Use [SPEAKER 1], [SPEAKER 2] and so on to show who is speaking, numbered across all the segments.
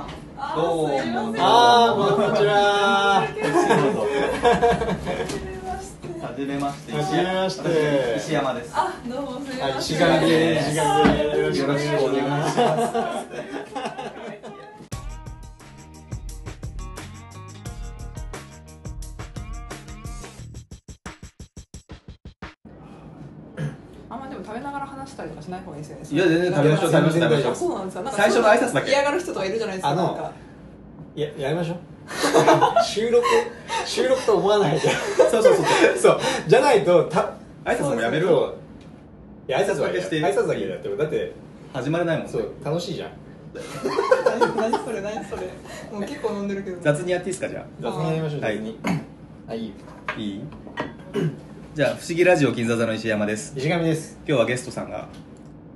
[SPEAKER 1] どうも。
[SPEAKER 2] あーこんにちは
[SPEAKER 1] はじめまして。
[SPEAKER 2] はじめまして
[SPEAKER 1] 石山です。
[SPEAKER 3] あ、どうもすみません。
[SPEAKER 2] 石神です石神ですよろしくお願いします
[SPEAKER 3] あんまでも食べながら話したりとかしない方がいいですよね。
[SPEAKER 1] いや全然食べましょう食べましょう食べましょう。
[SPEAKER 3] そうなんですよ。なんか
[SPEAKER 1] 最初の挨拶だけ
[SPEAKER 3] 嫌がる人とかいるじゃないですか。
[SPEAKER 2] あの
[SPEAKER 3] なんか
[SPEAKER 2] ややりましょう 収録収録と思わないで
[SPEAKER 1] そうそうそう。
[SPEAKER 2] そうじゃないとた
[SPEAKER 1] 挨拶もやめる
[SPEAKER 2] そういや挨拶は
[SPEAKER 1] だけ
[SPEAKER 2] や
[SPEAKER 1] して
[SPEAKER 2] 挨拶だけやってもだって
[SPEAKER 1] 始まれないもん。
[SPEAKER 2] そう楽しいじゃん
[SPEAKER 3] 何それ何それ。もう結構飲んでるけど。
[SPEAKER 1] 雑にやっていいですかじゃ
[SPEAKER 2] 雑にやりましょう
[SPEAKER 1] はい
[SPEAKER 2] 雑にあいいよ
[SPEAKER 1] あ。いい。じゃあ不思議ラジオ金座座の石山です。
[SPEAKER 2] 石神です
[SPEAKER 1] 今日はゲストさんが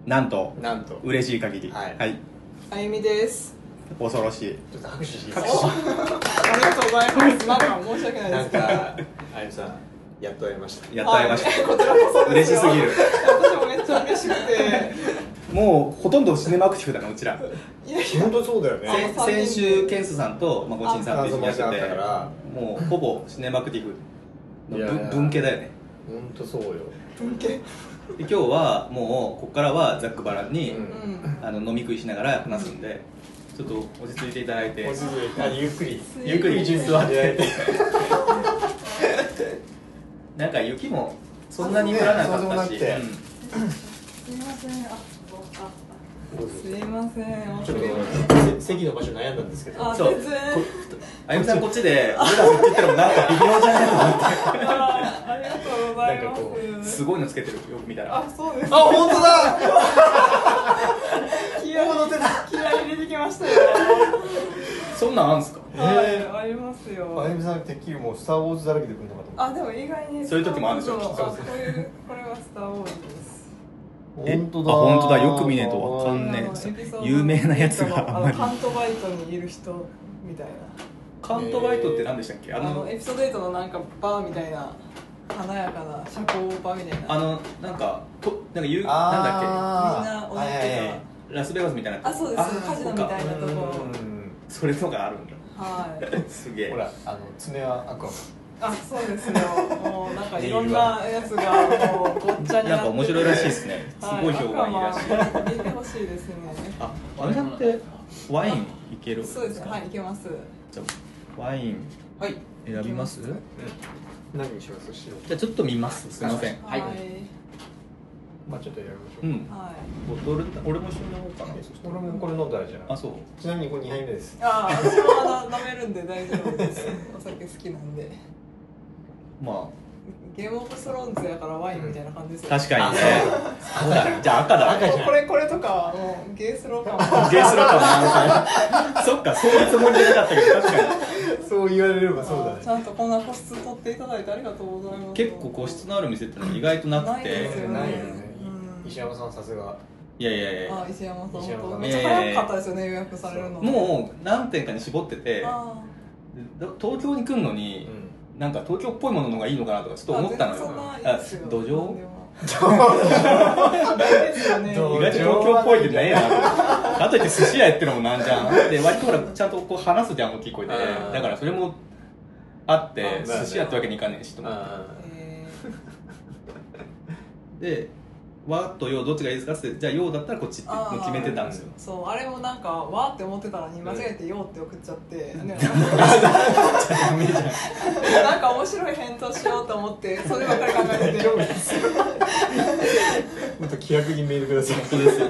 [SPEAKER 1] なんと
[SPEAKER 2] なんと
[SPEAKER 1] 嬉しい限り。
[SPEAKER 2] はい
[SPEAKER 1] はい。
[SPEAKER 3] あゆみです。
[SPEAKER 1] 恐ろしい。
[SPEAKER 2] ちょっと拍手していい
[SPEAKER 1] 拍
[SPEAKER 2] ですか
[SPEAKER 3] ありがとうございます。なんか申し訳ないで
[SPEAKER 2] な
[SPEAKER 3] す
[SPEAKER 2] ん
[SPEAKER 3] けど。
[SPEAKER 2] かあゆさんやっと会えました
[SPEAKER 1] やっと会えまし
[SPEAKER 3] あこちらこそ
[SPEAKER 1] た。嬉しすぎる。
[SPEAKER 3] 私もめっちゃ嬉しくて。
[SPEAKER 1] もうほとんどシネマアクティブだなうちら。
[SPEAKER 3] いやいや。
[SPEAKER 2] 本当そうだよね
[SPEAKER 1] 先先週ケンスさんとまあゴチンさんと一緒にやって
[SPEAKER 2] あそうそうそうだ
[SPEAKER 1] て
[SPEAKER 2] から、
[SPEAKER 1] もうほぼシネマアクティブ
[SPEAKER 2] いや
[SPEAKER 1] の
[SPEAKER 2] ー
[SPEAKER 1] 文文系だよね。
[SPEAKER 2] 本当そうよ
[SPEAKER 3] 文系。
[SPEAKER 1] で今日はもうここからはざっくばらんに、
[SPEAKER 2] うん
[SPEAKER 3] うん。
[SPEAKER 1] あの飲み食いしながら話すんで、ちょっと落ち着いていただいて
[SPEAKER 2] おすすめあゆっくり
[SPEAKER 1] ゆっくり
[SPEAKER 2] 座って
[SPEAKER 1] なんか雪もそんなに降らなかったし、
[SPEAKER 2] そうそうなって
[SPEAKER 3] すみません。あ、あ、すみません。
[SPEAKER 2] ちょっとせ席の場所悩んだんですけど
[SPEAKER 3] あ、
[SPEAKER 1] そう
[SPEAKER 3] 全然。
[SPEAKER 1] あゆみさんこっちで俺らって言ったらもうなんか微妙じゃないのかなっ
[SPEAKER 3] あありがとうございま
[SPEAKER 1] て
[SPEAKER 3] す。
[SPEAKER 1] すごいのつけてるよく見たら
[SPEAKER 3] あ、そうです。
[SPEAKER 2] 本当だ
[SPEAKER 3] 気合い気合い入れてきましたよ。
[SPEAKER 1] そんなんあんすか
[SPEAKER 2] え
[SPEAKER 3] はい、あります
[SPEAKER 2] あゆ
[SPEAKER 3] よ。
[SPEAKER 2] みさんてっきりもう「スター・ウォーズ」だらけで来るのかと思った
[SPEAKER 3] あ、でも意外に。
[SPEAKER 1] そういう時もあるんですよ
[SPEAKER 3] そう
[SPEAKER 1] きっ
[SPEAKER 3] あ
[SPEAKER 1] と
[SPEAKER 3] こういう、これはスターウォーズです。
[SPEAKER 1] え
[SPEAKER 2] 本当だ
[SPEAKER 1] あ本当だよく見ねえとわか
[SPEAKER 3] あ
[SPEAKER 1] んね
[SPEAKER 3] のエピソード
[SPEAKER 1] 有名なやつがあんま
[SPEAKER 3] の
[SPEAKER 1] り
[SPEAKER 3] カントバイトにいる人みたい
[SPEAKER 1] カントバイトって何でしたっけ
[SPEAKER 3] な。
[SPEAKER 1] あ
[SPEAKER 3] あの
[SPEAKER 1] の
[SPEAKER 3] エピソード8のなんかバーみたいな華やかな社交場みたいな。
[SPEAKER 1] あのなんかとなんかゆなんだっ
[SPEAKER 2] あー
[SPEAKER 3] みんな踊ってた
[SPEAKER 2] はいはいはい
[SPEAKER 1] けラスベガスみたいな
[SPEAKER 3] あそうですカジノみたいなとこ
[SPEAKER 2] うーん
[SPEAKER 1] それとかあるんだ
[SPEAKER 3] はい。
[SPEAKER 1] すげえ
[SPEAKER 2] ほらあの爪はアクア
[SPEAKER 3] あ、そうですよ。もうなんかいろんなやつがもうごっちゃになってて。
[SPEAKER 1] なんか面白いらしいですねすごい評判いいらしい
[SPEAKER 3] はアクアマン見てほしいですね。
[SPEAKER 1] あ、あれだってワインいける
[SPEAKER 3] そうですね、はい、いけます。
[SPEAKER 1] じゃあワイン
[SPEAKER 4] はい、
[SPEAKER 1] 選びます
[SPEAKER 3] い
[SPEAKER 1] じ
[SPEAKER 3] けま
[SPEAKER 2] 何にします白
[SPEAKER 1] ゃあちょっと見ますすいません
[SPEAKER 4] はい
[SPEAKER 3] はい。
[SPEAKER 2] まあちょっとやりましょう
[SPEAKER 1] う
[SPEAKER 2] うん
[SPEAKER 1] んボトル俺も一緒に飲もうかな
[SPEAKER 2] 俺もこれ飲んだらじゃ
[SPEAKER 1] あ
[SPEAKER 2] あ
[SPEAKER 1] そう
[SPEAKER 2] ちなみにこれ2杯目です
[SPEAKER 3] ああ、私もな舐めるんで大丈夫です。お酒好きなんで。
[SPEAKER 1] ま
[SPEAKER 3] ゲームオブスローンズやからワインみたいな感じです
[SPEAKER 1] あ
[SPEAKER 3] よ。
[SPEAKER 1] 確かにね赤だじゃあ赤だ
[SPEAKER 2] 赤じゃん
[SPEAKER 3] これこれとかはもうゲースローかも。
[SPEAKER 1] ゲスロかも満載そっかそういうつもりじゃなかったけど確か
[SPEAKER 2] そう言われればそう
[SPEAKER 3] あーち
[SPEAKER 2] だね
[SPEAKER 3] ゃんとこんな個室取っていただいてありがとうございま
[SPEAKER 1] に
[SPEAKER 3] す。
[SPEAKER 1] 結構個室のある店ってのは意外となく
[SPEAKER 3] ないで
[SPEAKER 1] て
[SPEAKER 3] すよね
[SPEAKER 2] ないよね
[SPEAKER 3] うん
[SPEAKER 2] 石山さんさすが
[SPEAKER 1] いやいやい
[SPEAKER 3] あ
[SPEAKER 1] や
[SPEAKER 3] ー石山さん
[SPEAKER 2] 石山さ
[SPEAKER 3] と
[SPEAKER 2] ん
[SPEAKER 3] めっちゃ早かったですよね、予約されるの。う。
[SPEAKER 1] もう何点かに絞ってて
[SPEAKER 3] あ
[SPEAKER 1] で東京に来るの
[SPEAKER 2] う
[SPEAKER 1] に
[SPEAKER 2] ん
[SPEAKER 1] なんか東京っぽいものの方がいいのかなとかちょっと思ったの
[SPEAKER 3] あ
[SPEAKER 1] よ
[SPEAKER 3] 全然そんないいですよ
[SPEAKER 1] 土壌
[SPEAKER 3] ないですよね。
[SPEAKER 2] ど う
[SPEAKER 1] 意外と東京っぽいってねえなとかといって寿司屋やってるのもなんじゃんで割とほらちゃんとこう話すじゃん大きい声で
[SPEAKER 2] うん
[SPEAKER 1] だからそれもあって
[SPEAKER 3] あ
[SPEAKER 1] 寿司屋ってわけにいかねえしと思っ
[SPEAKER 2] あ
[SPEAKER 3] え
[SPEAKER 1] てで和と洋どっちがいいですかってじゃあ洋だったらこっちってもう決めてたんですよ
[SPEAKER 3] ーそうあれもなんかわーって思ってたのに間違えて「よ」って送っちゃって、ねなんか面白い返答しようと思ってそればっかり考えてて
[SPEAKER 2] もっと気楽にメールください
[SPEAKER 1] 本当ですよ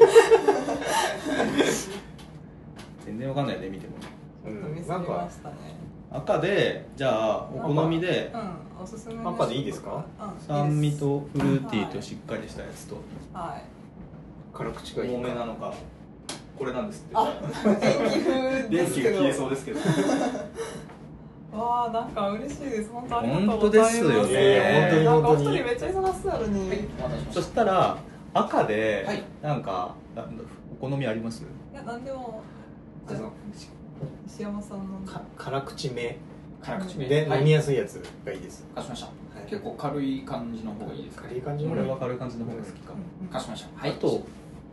[SPEAKER 1] 全然わかんないね見ても
[SPEAKER 2] うん
[SPEAKER 3] 見すぎ
[SPEAKER 2] なん
[SPEAKER 3] ま
[SPEAKER 2] か
[SPEAKER 3] したね
[SPEAKER 1] 赤でじゃあお好みで
[SPEAKER 3] うんおすすめ
[SPEAKER 2] パパでいいですか
[SPEAKER 3] うん
[SPEAKER 1] 酸味
[SPEAKER 3] いい
[SPEAKER 1] とフルーティーとしっかりしたやつと
[SPEAKER 3] ですはい
[SPEAKER 2] 辛口がいい
[SPEAKER 1] 多めな
[SPEAKER 2] か
[SPEAKER 1] のかこれなんですって
[SPEAKER 3] あ電気風
[SPEAKER 1] 電
[SPEAKER 3] です
[SPEAKER 1] 気
[SPEAKER 3] け
[SPEAKER 1] が
[SPEAKER 3] ど
[SPEAKER 1] 消えそうですけど
[SPEAKER 3] わあなんか嬉しいです本当ありがとう
[SPEAKER 1] 本
[SPEAKER 3] ご
[SPEAKER 1] 当
[SPEAKER 3] ざいます
[SPEAKER 1] ですよ
[SPEAKER 2] ね
[SPEAKER 3] いやなんかお二
[SPEAKER 2] 本当に
[SPEAKER 3] 人めっちゃ忙しそうやのに、い、
[SPEAKER 1] そしたら赤で、
[SPEAKER 4] はい
[SPEAKER 1] なんかあお好みあります
[SPEAKER 3] やなんでも
[SPEAKER 2] あの
[SPEAKER 3] 石山さんの
[SPEAKER 2] か辛口め
[SPEAKER 4] 辛口目
[SPEAKER 2] で
[SPEAKER 4] は
[SPEAKER 2] 飲
[SPEAKER 4] い、
[SPEAKER 2] み
[SPEAKER 4] わ
[SPEAKER 2] やすいやつがいいです
[SPEAKER 4] かしました、
[SPEAKER 2] い
[SPEAKER 4] 結構軽い感じの方がいいですか
[SPEAKER 2] 軽
[SPEAKER 4] ね
[SPEAKER 2] い感じの
[SPEAKER 1] 俺は軽い感じの方が好きか
[SPEAKER 3] う
[SPEAKER 1] も、
[SPEAKER 3] んうん
[SPEAKER 4] かしましたは
[SPEAKER 1] あ
[SPEAKER 4] い
[SPEAKER 1] と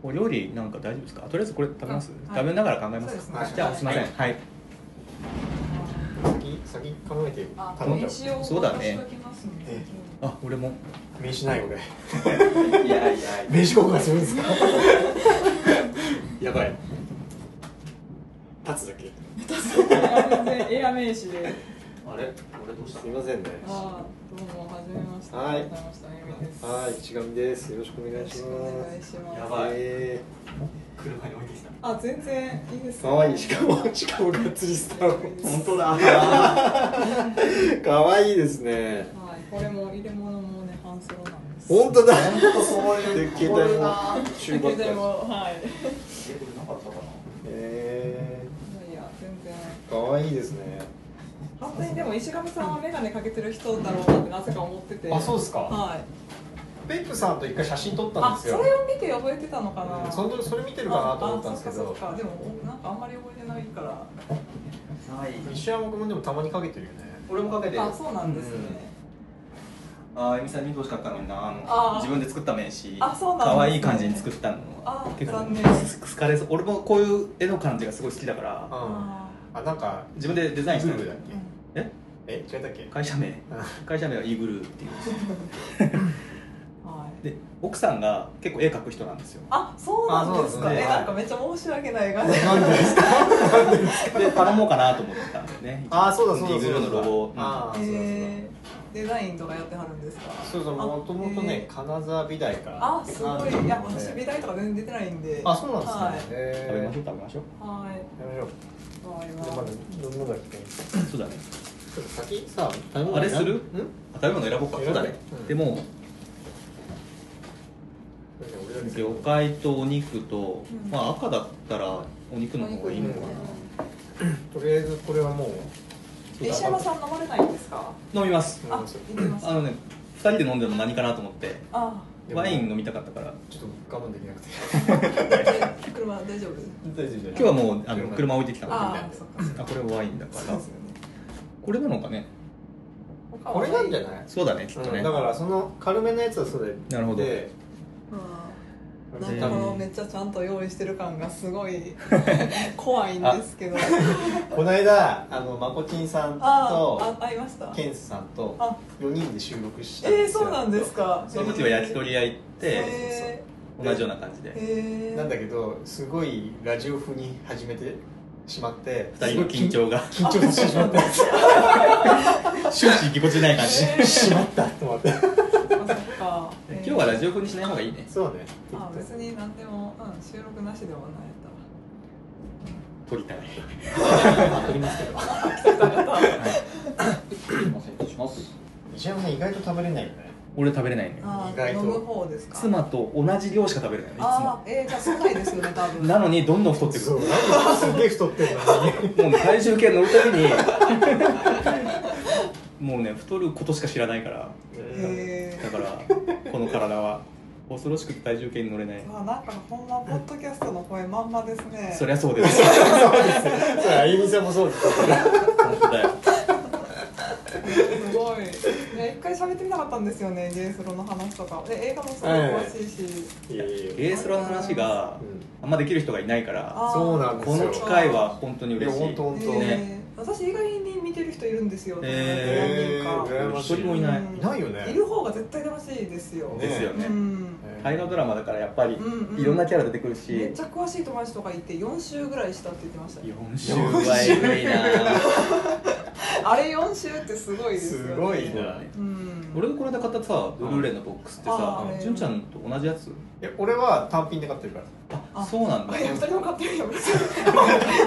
[SPEAKER 1] お料理なんか大丈夫ですかとりあえずこれ食べま
[SPEAKER 3] う
[SPEAKER 1] す、
[SPEAKER 3] んはい
[SPEAKER 1] 食べながら考えま
[SPEAKER 3] そ
[SPEAKER 1] すか、
[SPEAKER 3] うですね
[SPEAKER 1] じゃあすいません
[SPEAKER 4] はい
[SPEAKER 1] はい、
[SPEAKER 2] 先先考えて
[SPEAKER 3] あ
[SPEAKER 2] 頼んじゃ
[SPEAKER 3] 名刺を
[SPEAKER 1] そうだね
[SPEAKER 3] 渡しときますね
[SPEAKER 2] え
[SPEAKER 1] あ俺も
[SPEAKER 2] おう名刺ない 俺
[SPEAKER 4] いやいやいや
[SPEAKER 2] 名刺交換するんです か
[SPEAKER 1] やばい
[SPEAKER 2] 立つだけ
[SPEAKER 3] 全然エア名刺で。
[SPEAKER 4] あれ俺どうした
[SPEAKER 2] すみませんね
[SPEAKER 3] あーどうもはじめまして。
[SPEAKER 2] は
[SPEAKER 3] あ
[SPEAKER 2] い
[SPEAKER 3] りがとうございました。エミです。
[SPEAKER 2] はい一上ですよろしくお
[SPEAKER 3] よ
[SPEAKER 2] 願
[SPEAKER 3] ろ
[SPEAKER 2] い
[SPEAKER 3] し
[SPEAKER 2] し
[SPEAKER 3] く
[SPEAKER 2] ま
[SPEAKER 3] お願いし
[SPEAKER 2] す
[SPEAKER 3] ます。
[SPEAKER 4] やばい
[SPEAKER 2] え
[SPEAKER 4] 車に置いてきた
[SPEAKER 3] あ全然いいです
[SPEAKER 2] ー、
[SPEAKER 3] ね。
[SPEAKER 2] かわいいしかもしかもがっつりスター
[SPEAKER 3] 本
[SPEAKER 4] 当だ
[SPEAKER 2] かわいいですね
[SPEAKER 3] はいこれも入れ物もね半ソロなんです。
[SPEAKER 2] 本当だ
[SPEAKER 4] そういう
[SPEAKER 2] 携帯
[SPEAKER 3] だ
[SPEAKER 2] も中ばっか
[SPEAKER 3] け
[SPEAKER 2] り
[SPEAKER 3] でもはい。
[SPEAKER 4] なかったか
[SPEAKER 2] え
[SPEAKER 3] いやいや全然。
[SPEAKER 2] ー、かわいいですね
[SPEAKER 3] 本当にでも石上さんは眼鏡かけてる人だろうなってなぜか思ってて。
[SPEAKER 2] あそうですか
[SPEAKER 3] はい。
[SPEAKER 2] ペップさんと一回写真撮ったん
[SPEAKER 3] あ
[SPEAKER 2] です
[SPEAKER 3] それ
[SPEAKER 2] よ
[SPEAKER 3] を見て覚えてたのか
[SPEAKER 2] う
[SPEAKER 3] な。
[SPEAKER 2] んその時それ見てるかなと思ったんですけ
[SPEAKER 3] ああそ
[SPEAKER 2] ど
[SPEAKER 3] っかそっかでもなんかあんまり覚えてないから。
[SPEAKER 4] なない
[SPEAKER 2] 西山君もでもたまにかけてるよね
[SPEAKER 4] 俺もかけて
[SPEAKER 3] あそうなんですね。
[SPEAKER 1] あーエミさんに見てほしかったのになあの
[SPEAKER 3] あー
[SPEAKER 1] 自分で作った名刺
[SPEAKER 3] あそうなんですね
[SPEAKER 1] 可愛い感じに作ったの
[SPEAKER 3] あー
[SPEAKER 1] 結構
[SPEAKER 3] 残念
[SPEAKER 1] す好かれそう俺もこういう絵の感じがすごい好きだか
[SPEAKER 2] う
[SPEAKER 1] ら
[SPEAKER 2] ん
[SPEAKER 3] あ
[SPEAKER 2] あなんか
[SPEAKER 1] 自分でデザインした
[SPEAKER 2] ブルーだっ
[SPEAKER 3] ー
[SPEAKER 2] け
[SPEAKER 3] うん
[SPEAKER 1] え
[SPEAKER 2] え違ったっけ
[SPEAKER 1] 会社名
[SPEAKER 2] あ
[SPEAKER 1] 会社名はイーグルーっていう
[SPEAKER 3] はい。
[SPEAKER 1] で奥さんが結構絵描く人なんです よ
[SPEAKER 3] あ、そうなんです
[SPEAKER 2] あそうなん
[SPEAKER 3] か。
[SPEAKER 2] ですね
[SPEAKER 3] え、なんかめっちゃ申し訳ないが。
[SPEAKER 1] で頼もうかなと思ってたんですね
[SPEAKER 2] あーそうだそうだ
[SPEAKER 1] イーグルーのロゴ
[SPEAKER 2] あーそうだそうだ
[SPEAKER 3] えー、デザインとかやってはるんですか。
[SPEAKER 2] そうそうもともとね、金沢美大から
[SPEAKER 3] あ、えーあすごい。いや、
[SPEAKER 2] なんで
[SPEAKER 3] 私美大とか全然出てないんで。
[SPEAKER 2] あそうなんですね、
[SPEAKER 1] 食べま
[SPEAKER 2] え
[SPEAKER 1] しょう食べましょう
[SPEAKER 3] はい。はい。
[SPEAKER 2] ー、やめよ
[SPEAKER 3] わかり
[SPEAKER 2] う
[SPEAKER 3] ま
[SPEAKER 2] でまだ
[SPEAKER 3] す。
[SPEAKER 2] 飲むだっけ
[SPEAKER 1] そうだね
[SPEAKER 2] ちょっと先さ
[SPEAKER 1] あれする
[SPEAKER 2] ん
[SPEAKER 1] あ食べ物選ぼうか
[SPEAKER 2] 選
[SPEAKER 1] そ
[SPEAKER 2] ぶ
[SPEAKER 1] うだね
[SPEAKER 2] うん
[SPEAKER 1] でも
[SPEAKER 2] 俺らに
[SPEAKER 1] 魚介とお肉と
[SPEAKER 3] うん
[SPEAKER 1] まあ赤だったらお肉の方がいいのかな
[SPEAKER 2] とりあえずこれはもう
[SPEAKER 1] そう
[SPEAKER 3] え
[SPEAKER 1] だ
[SPEAKER 3] 石山さん飲まれないんですか。
[SPEAKER 1] 飲みます
[SPEAKER 2] 飲み
[SPEAKER 3] あ、
[SPEAKER 2] ますよ
[SPEAKER 3] 行きます
[SPEAKER 1] あ。のね2人で飲んでるの何かなと思って
[SPEAKER 3] あ、
[SPEAKER 2] でも
[SPEAKER 1] ワイン飲みたかったから
[SPEAKER 2] ちょっと我慢できなくて
[SPEAKER 3] え車大丈夫。
[SPEAKER 1] 今日はもうあの車置いてきたので
[SPEAKER 3] あー、そっかそっか。
[SPEAKER 1] あこれワインだ
[SPEAKER 3] そ
[SPEAKER 1] か
[SPEAKER 3] う
[SPEAKER 1] ら
[SPEAKER 3] ですよね
[SPEAKER 1] これなのかね
[SPEAKER 3] 他は
[SPEAKER 2] これなんじゃ
[SPEAKER 3] い。
[SPEAKER 2] ない
[SPEAKER 1] そうだねきっと
[SPEAKER 2] う
[SPEAKER 1] ね
[SPEAKER 2] んだからその軽めのやつはそれ
[SPEAKER 1] なるほど
[SPEAKER 2] で
[SPEAKER 3] うん
[SPEAKER 1] 全
[SPEAKER 3] なんかこのめっちゃちゃんと用意してる感がすご い怖いんですけど。
[SPEAKER 2] この間あのまこちんさん
[SPEAKER 3] あ
[SPEAKER 2] と
[SPEAKER 3] ー、あ、会いました。
[SPEAKER 2] ケンスさんと
[SPEAKER 3] あ
[SPEAKER 2] 4人で収録した
[SPEAKER 3] えー、そうなんですか。
[SPEAKER 1] その時は焼き鳥屋行っ
[SPEAKER 2] そう
[SPEAKER 1] て
[SPEAKER 3] え
[SPEAKER 2] そう
[SPEAKER 1] 同じような感じで
[SPEAKER 3] ー、えー、
[SPEAKER 2] なんだけどすごいラジオ風に始めてしまって
[SPEAKER 1] 2人の緊張 が
[SPEAKER 2] 緊張してしまって
[SPEAKER 1] 終始ぎこちない感じ
[SPEAKER 3] えー
[SPEAKER 2] しまったと思って
[SPEAKER 3] あそっか、えー
[SPEAKER 1] 今日はラジオ風にしない方がいいね
[SPEAKER 2] そうね
[SPEAKER 3] あ別に何でも、うん、収録なしでもな
[SPEAKER 1] 撮りたい
[SPEAKER 2] 撮りますけど
[SPEAKER 4] すいません失礼します
[SPEAKER 2] 石山さん意外と食べれないよね
[SPEAKER 1] 俺食べれないの
[SPEAKER 3] え
[SPEAKER 1] よ
[SPEAKER 3] たわあー
[SPEAKER 2] 意外と
[SPEAKER 3] 飲む方ですか
[SPEAKER 1] 妻と同じ量しか食べれないのいつ
[SPEAKER 3] あーえー、じゃあ少ないですよね多
[SPEAKER 1] も
[SPEAKER 3] 分
[SPEAKER 1] なのにどんどん太ってくる
[SPEAKER 2] そ
[SPEAKER 1] も
[SPEAKER 2] うなんかすげえ太ってるのに
[SPEAKER 1] うね体重計乗るたび にもうね太ることしか知らないから
[SPEAKER 3] え
[SPEAKER 1] だからこの体は恐ろしく体重計に乗れない
[SPEAKER 3] ー、わあなんかほんまポッドキャストの声まんまですね
[SPEAKER 1] そりゃそうです
[SPEAKER 2] そうあゆみさんもそうです
[SPEAKER 1] 本当だよ
[SPEAKER 3] すごいね一回喋ってみたかったんですよねゲイスロの話とかで映画もすごい詳しいし、
[SPEAKER 2] いやいやいや
[SPEAKER 1] ゲースロの話が
[SPEAKER 2] うん
[SPEAKER 1] あんまできる人がいないから
[SPEAKER 3] あー
[SPEAKER 2] そうなんです
[SPEAKER 1] こ
[SPEAKER 2] よ
[SPEAKER 1] の機会は本当に嬉し
[SPEAKER 2] いや
[SPEAKER 1] い
[SPEAKER 2] 本当本当、
[SPEAKER 1] ね
[SPEAKER 3] えー、私意外に見てる人いるんですよ、
[SPEAKER 1] え
[SPEAKER 2] ー
[SPEAKER 3] 何人か
[SPEAKER 2] 羨ましい
[SPEAKER 1] 一人もいない
[SPEAKER 3] うん
[SPEAKER 2] いないよね
[SPEAKER 3] いる方が絶対楽しいですよ、
[SPEAKER 2] ね
[SPEAKER 1] ですよ
[SPEAKER 3] う
[SPEAKER 1] ね
[SPEAKER 3] ん
[SPEAKER 1] 大河ドラマだからやっぱり
[SPEAKER 3] うんうん
[SPEAKER 1] いろんなキャラ出てくるし
[SPEAKER 3] めっちゃ詳しい友達とかいて4週ぐらいしたって言ってましたね
[SPEAKER 1] 4週はえぐいな
[SPEAKER 3] あれ4週ってすごいですよね
[SPEAKER 2] すごい
[SPEAKER 1] そう
[SPEAKER 2] な
[SPEAKER 1] だね
[SPEAKER 3] うん
[SPEAKER 1] 俺がこの間買ったさブルーレイのボックスってさ
[SPEAKER 3] あー
[SPEAKER 1] 純ちゃんと同じやつ
[SPEAKER 2] いや俺は単品で買ってるから
[SPEAKER 1] あそうなんだ
[SPEAKER 3] あい
[SPEAKER 1] い
[SPEAKER 3] や2人も買ってるよ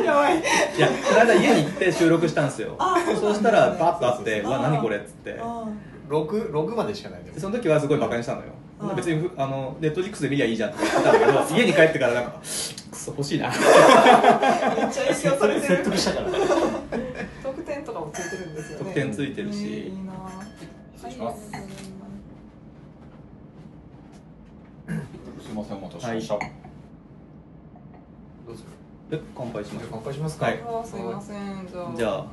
[SPEAKER 3] やばい
[SPEAKER 1] やこの間家に行って収録したんですよ
[SPEAKER 3] あーそうなんですね
[SPEAKER 1] そうしたらバッと会って「
[SPEAKER 3] あ
[SPEAKER 1] う
[SPEAKER 3] ー
[SPEAKER 1] わ何これ」っつって
[SPEAKER 3] あ
[SPEAKER 2] 6, 6までしかないで
[SPEAKER 1] で
[SPEAKER 2] も
[SPEAKER 1] その時はすごいバカにしたのよ
[SPEAKER 3] あー
[SPEAKER 1] 別にふあのネットリックスで見りゃいいじゃんとか言ってたんだけど家に帰ってからなんか「くそ欲しいな」
[SPEAKER 3] ーめっちゃ影響されて
[SPEAKER 2] 説
[SPEAKER 3] る
[SPEAKER 2] 得したから
[SPEAKER 3] 特典とかもついてるんですよね
[SPEAKER 1] 特典ついてる
[SPEAKER 3] ねい
[SPEAKER 1] し
[SPEAKER 3] いな
[SPEAKER 4] 失礼します
[SPEAKER 3] はい
[SPEAKER 4] すいませんお待たせしました
[SPEAKER 2] どうする
[SPEAKER 1] え乾杯しま
[SPEAKER 2] じゃ
[SPEAKER 1] し
[SPEAKER 2] あ
[SPEAKER 1] ょ
[SPEAKER 2] 乾杯しますか、
[SPEAKER 1] はい
[SPEAKER 3] あーすいませんじゃあ
[SPEAKER 1] うじゃあ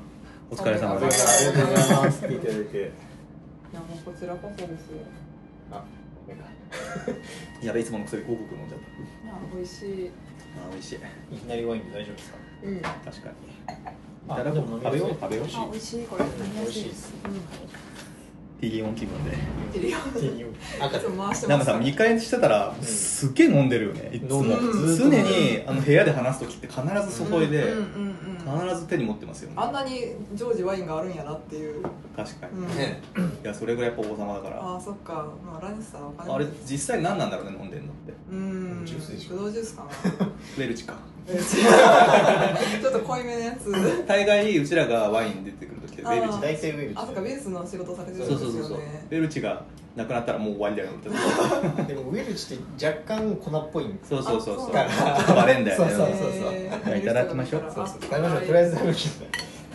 [SPEAKER 1] お疲れ様
[SPEAKER 2] あり
[SPEAKER 1] で
[SPEAKER 2] が
[SPEAKER 1] す
[SPEAKER 2] とうございます聞いていただいて
[SPEAKER 3] いやもうこちらこそですよ
[SPEAKER 2] あ
[SPEAKER 1] やべいつもの薬5僕飲んじゃっ
[SPEAKER 3] いや美味しい
[SPEAKER 1] たあー美味しい
[SPEAKER 2] いきなりワインで大丈夫ですか
[SPEAKER 3] うん
[SPEAKER 1] 確かにいただこう
[SPEAKER 2] あでも飲み
[SPEAKER 1] 食べよう食べ
[SPEAKER 2] やすい
[SPEAKER 1] よう
[SPEAKER 3] あ、美味しいこれ。
[SPEAKER 2] 美味しいです
[SPEAKER 1] ティーオン気分で
[SPEAKER 3] いるよ。
[SPEAKER 2] ティーに赤
[SPEAKER 3] いつも回して
[SPEAKER 1] なん
[SPEAKER 3] ま
[SPEAKER 1] か
[SPEAKER 3] す。
[SPEAKER 1] さ見返してたら
[SPEAKER 2] ん
[SPEAKER 1] すっげえ飲んでるよねいつも
[SPEAKER 2] 飲む
[SPEAKER 3] ず
[SPEAKER 1] 常
[SPEAKER 2] っと
[SPEAKER 1] にあの部屋で話す時って必ずそこへで
[SPEAKER 3] うんうんうんうん
[SPEAKER 1] 必ず手に持ってますよね
[SPEAKER 3] あんなに常時ワインがあるんやなっていう。
[SPEAKER 1] 確かに
[SPEAKER 3] うん。
[SPEAKER 2] ね
[SPEAKER 1] いやそれぐらいやっぱ王様だから
[SPEAKER 3] ああ、そっか。まあラニスさんはお金。
[SPEAKER 1] あれ実際何なんだろうね飲んでんのって
[SPEAKER 3] うん。
[SPEAKER 2] ジュースでしょ
[SPEAKER 3] ブドウジュースかな。
[SPEAKER 1] ウェルチか
[SPEAKER 3] え違うちょっと濃いめのやつ。
[SPEAKER 1] 大概うちらがワイン出てくる時ってウェ
[SPEAKER 3] あ
[SPEAKER 1] ルチ
[SPEAKER 2] 大体ウェル
[SPEAKER 3] あ、そっか、ウ
[SPEAKER 2] チ
[SPEAKER 3] ェルスの仕事されてる
[SPEAKER 1] そ
[SPEAKER 3] ん
[SPEAKER 1] うそう
[SPEAKER 3] で
[SPEAKER 1] そう
[SPEAKER 3] す
[SPEAKER 1] そ
[SPEAKER 3] よ
[SPEAKER 1] うウ
[SPEAKER 3] ね。
[SPEAKER 1] ェルチがなくなったらもう終わりだよみたいな
[SPEAKER 2] でもウェルチって若干粉っぽいんです
[SPEAKER 1] そうそうそう そう
[SPEAKER 3] あ
[SPEAKER 1] バレんだよね
[SPEAKER 2] そうそうそう
[SPEAKER 3] えー
[SPEAKER 1] じゃあいただきましょうそうそう
[SPEAKER 2] 食べましょうとりあえず食べましょう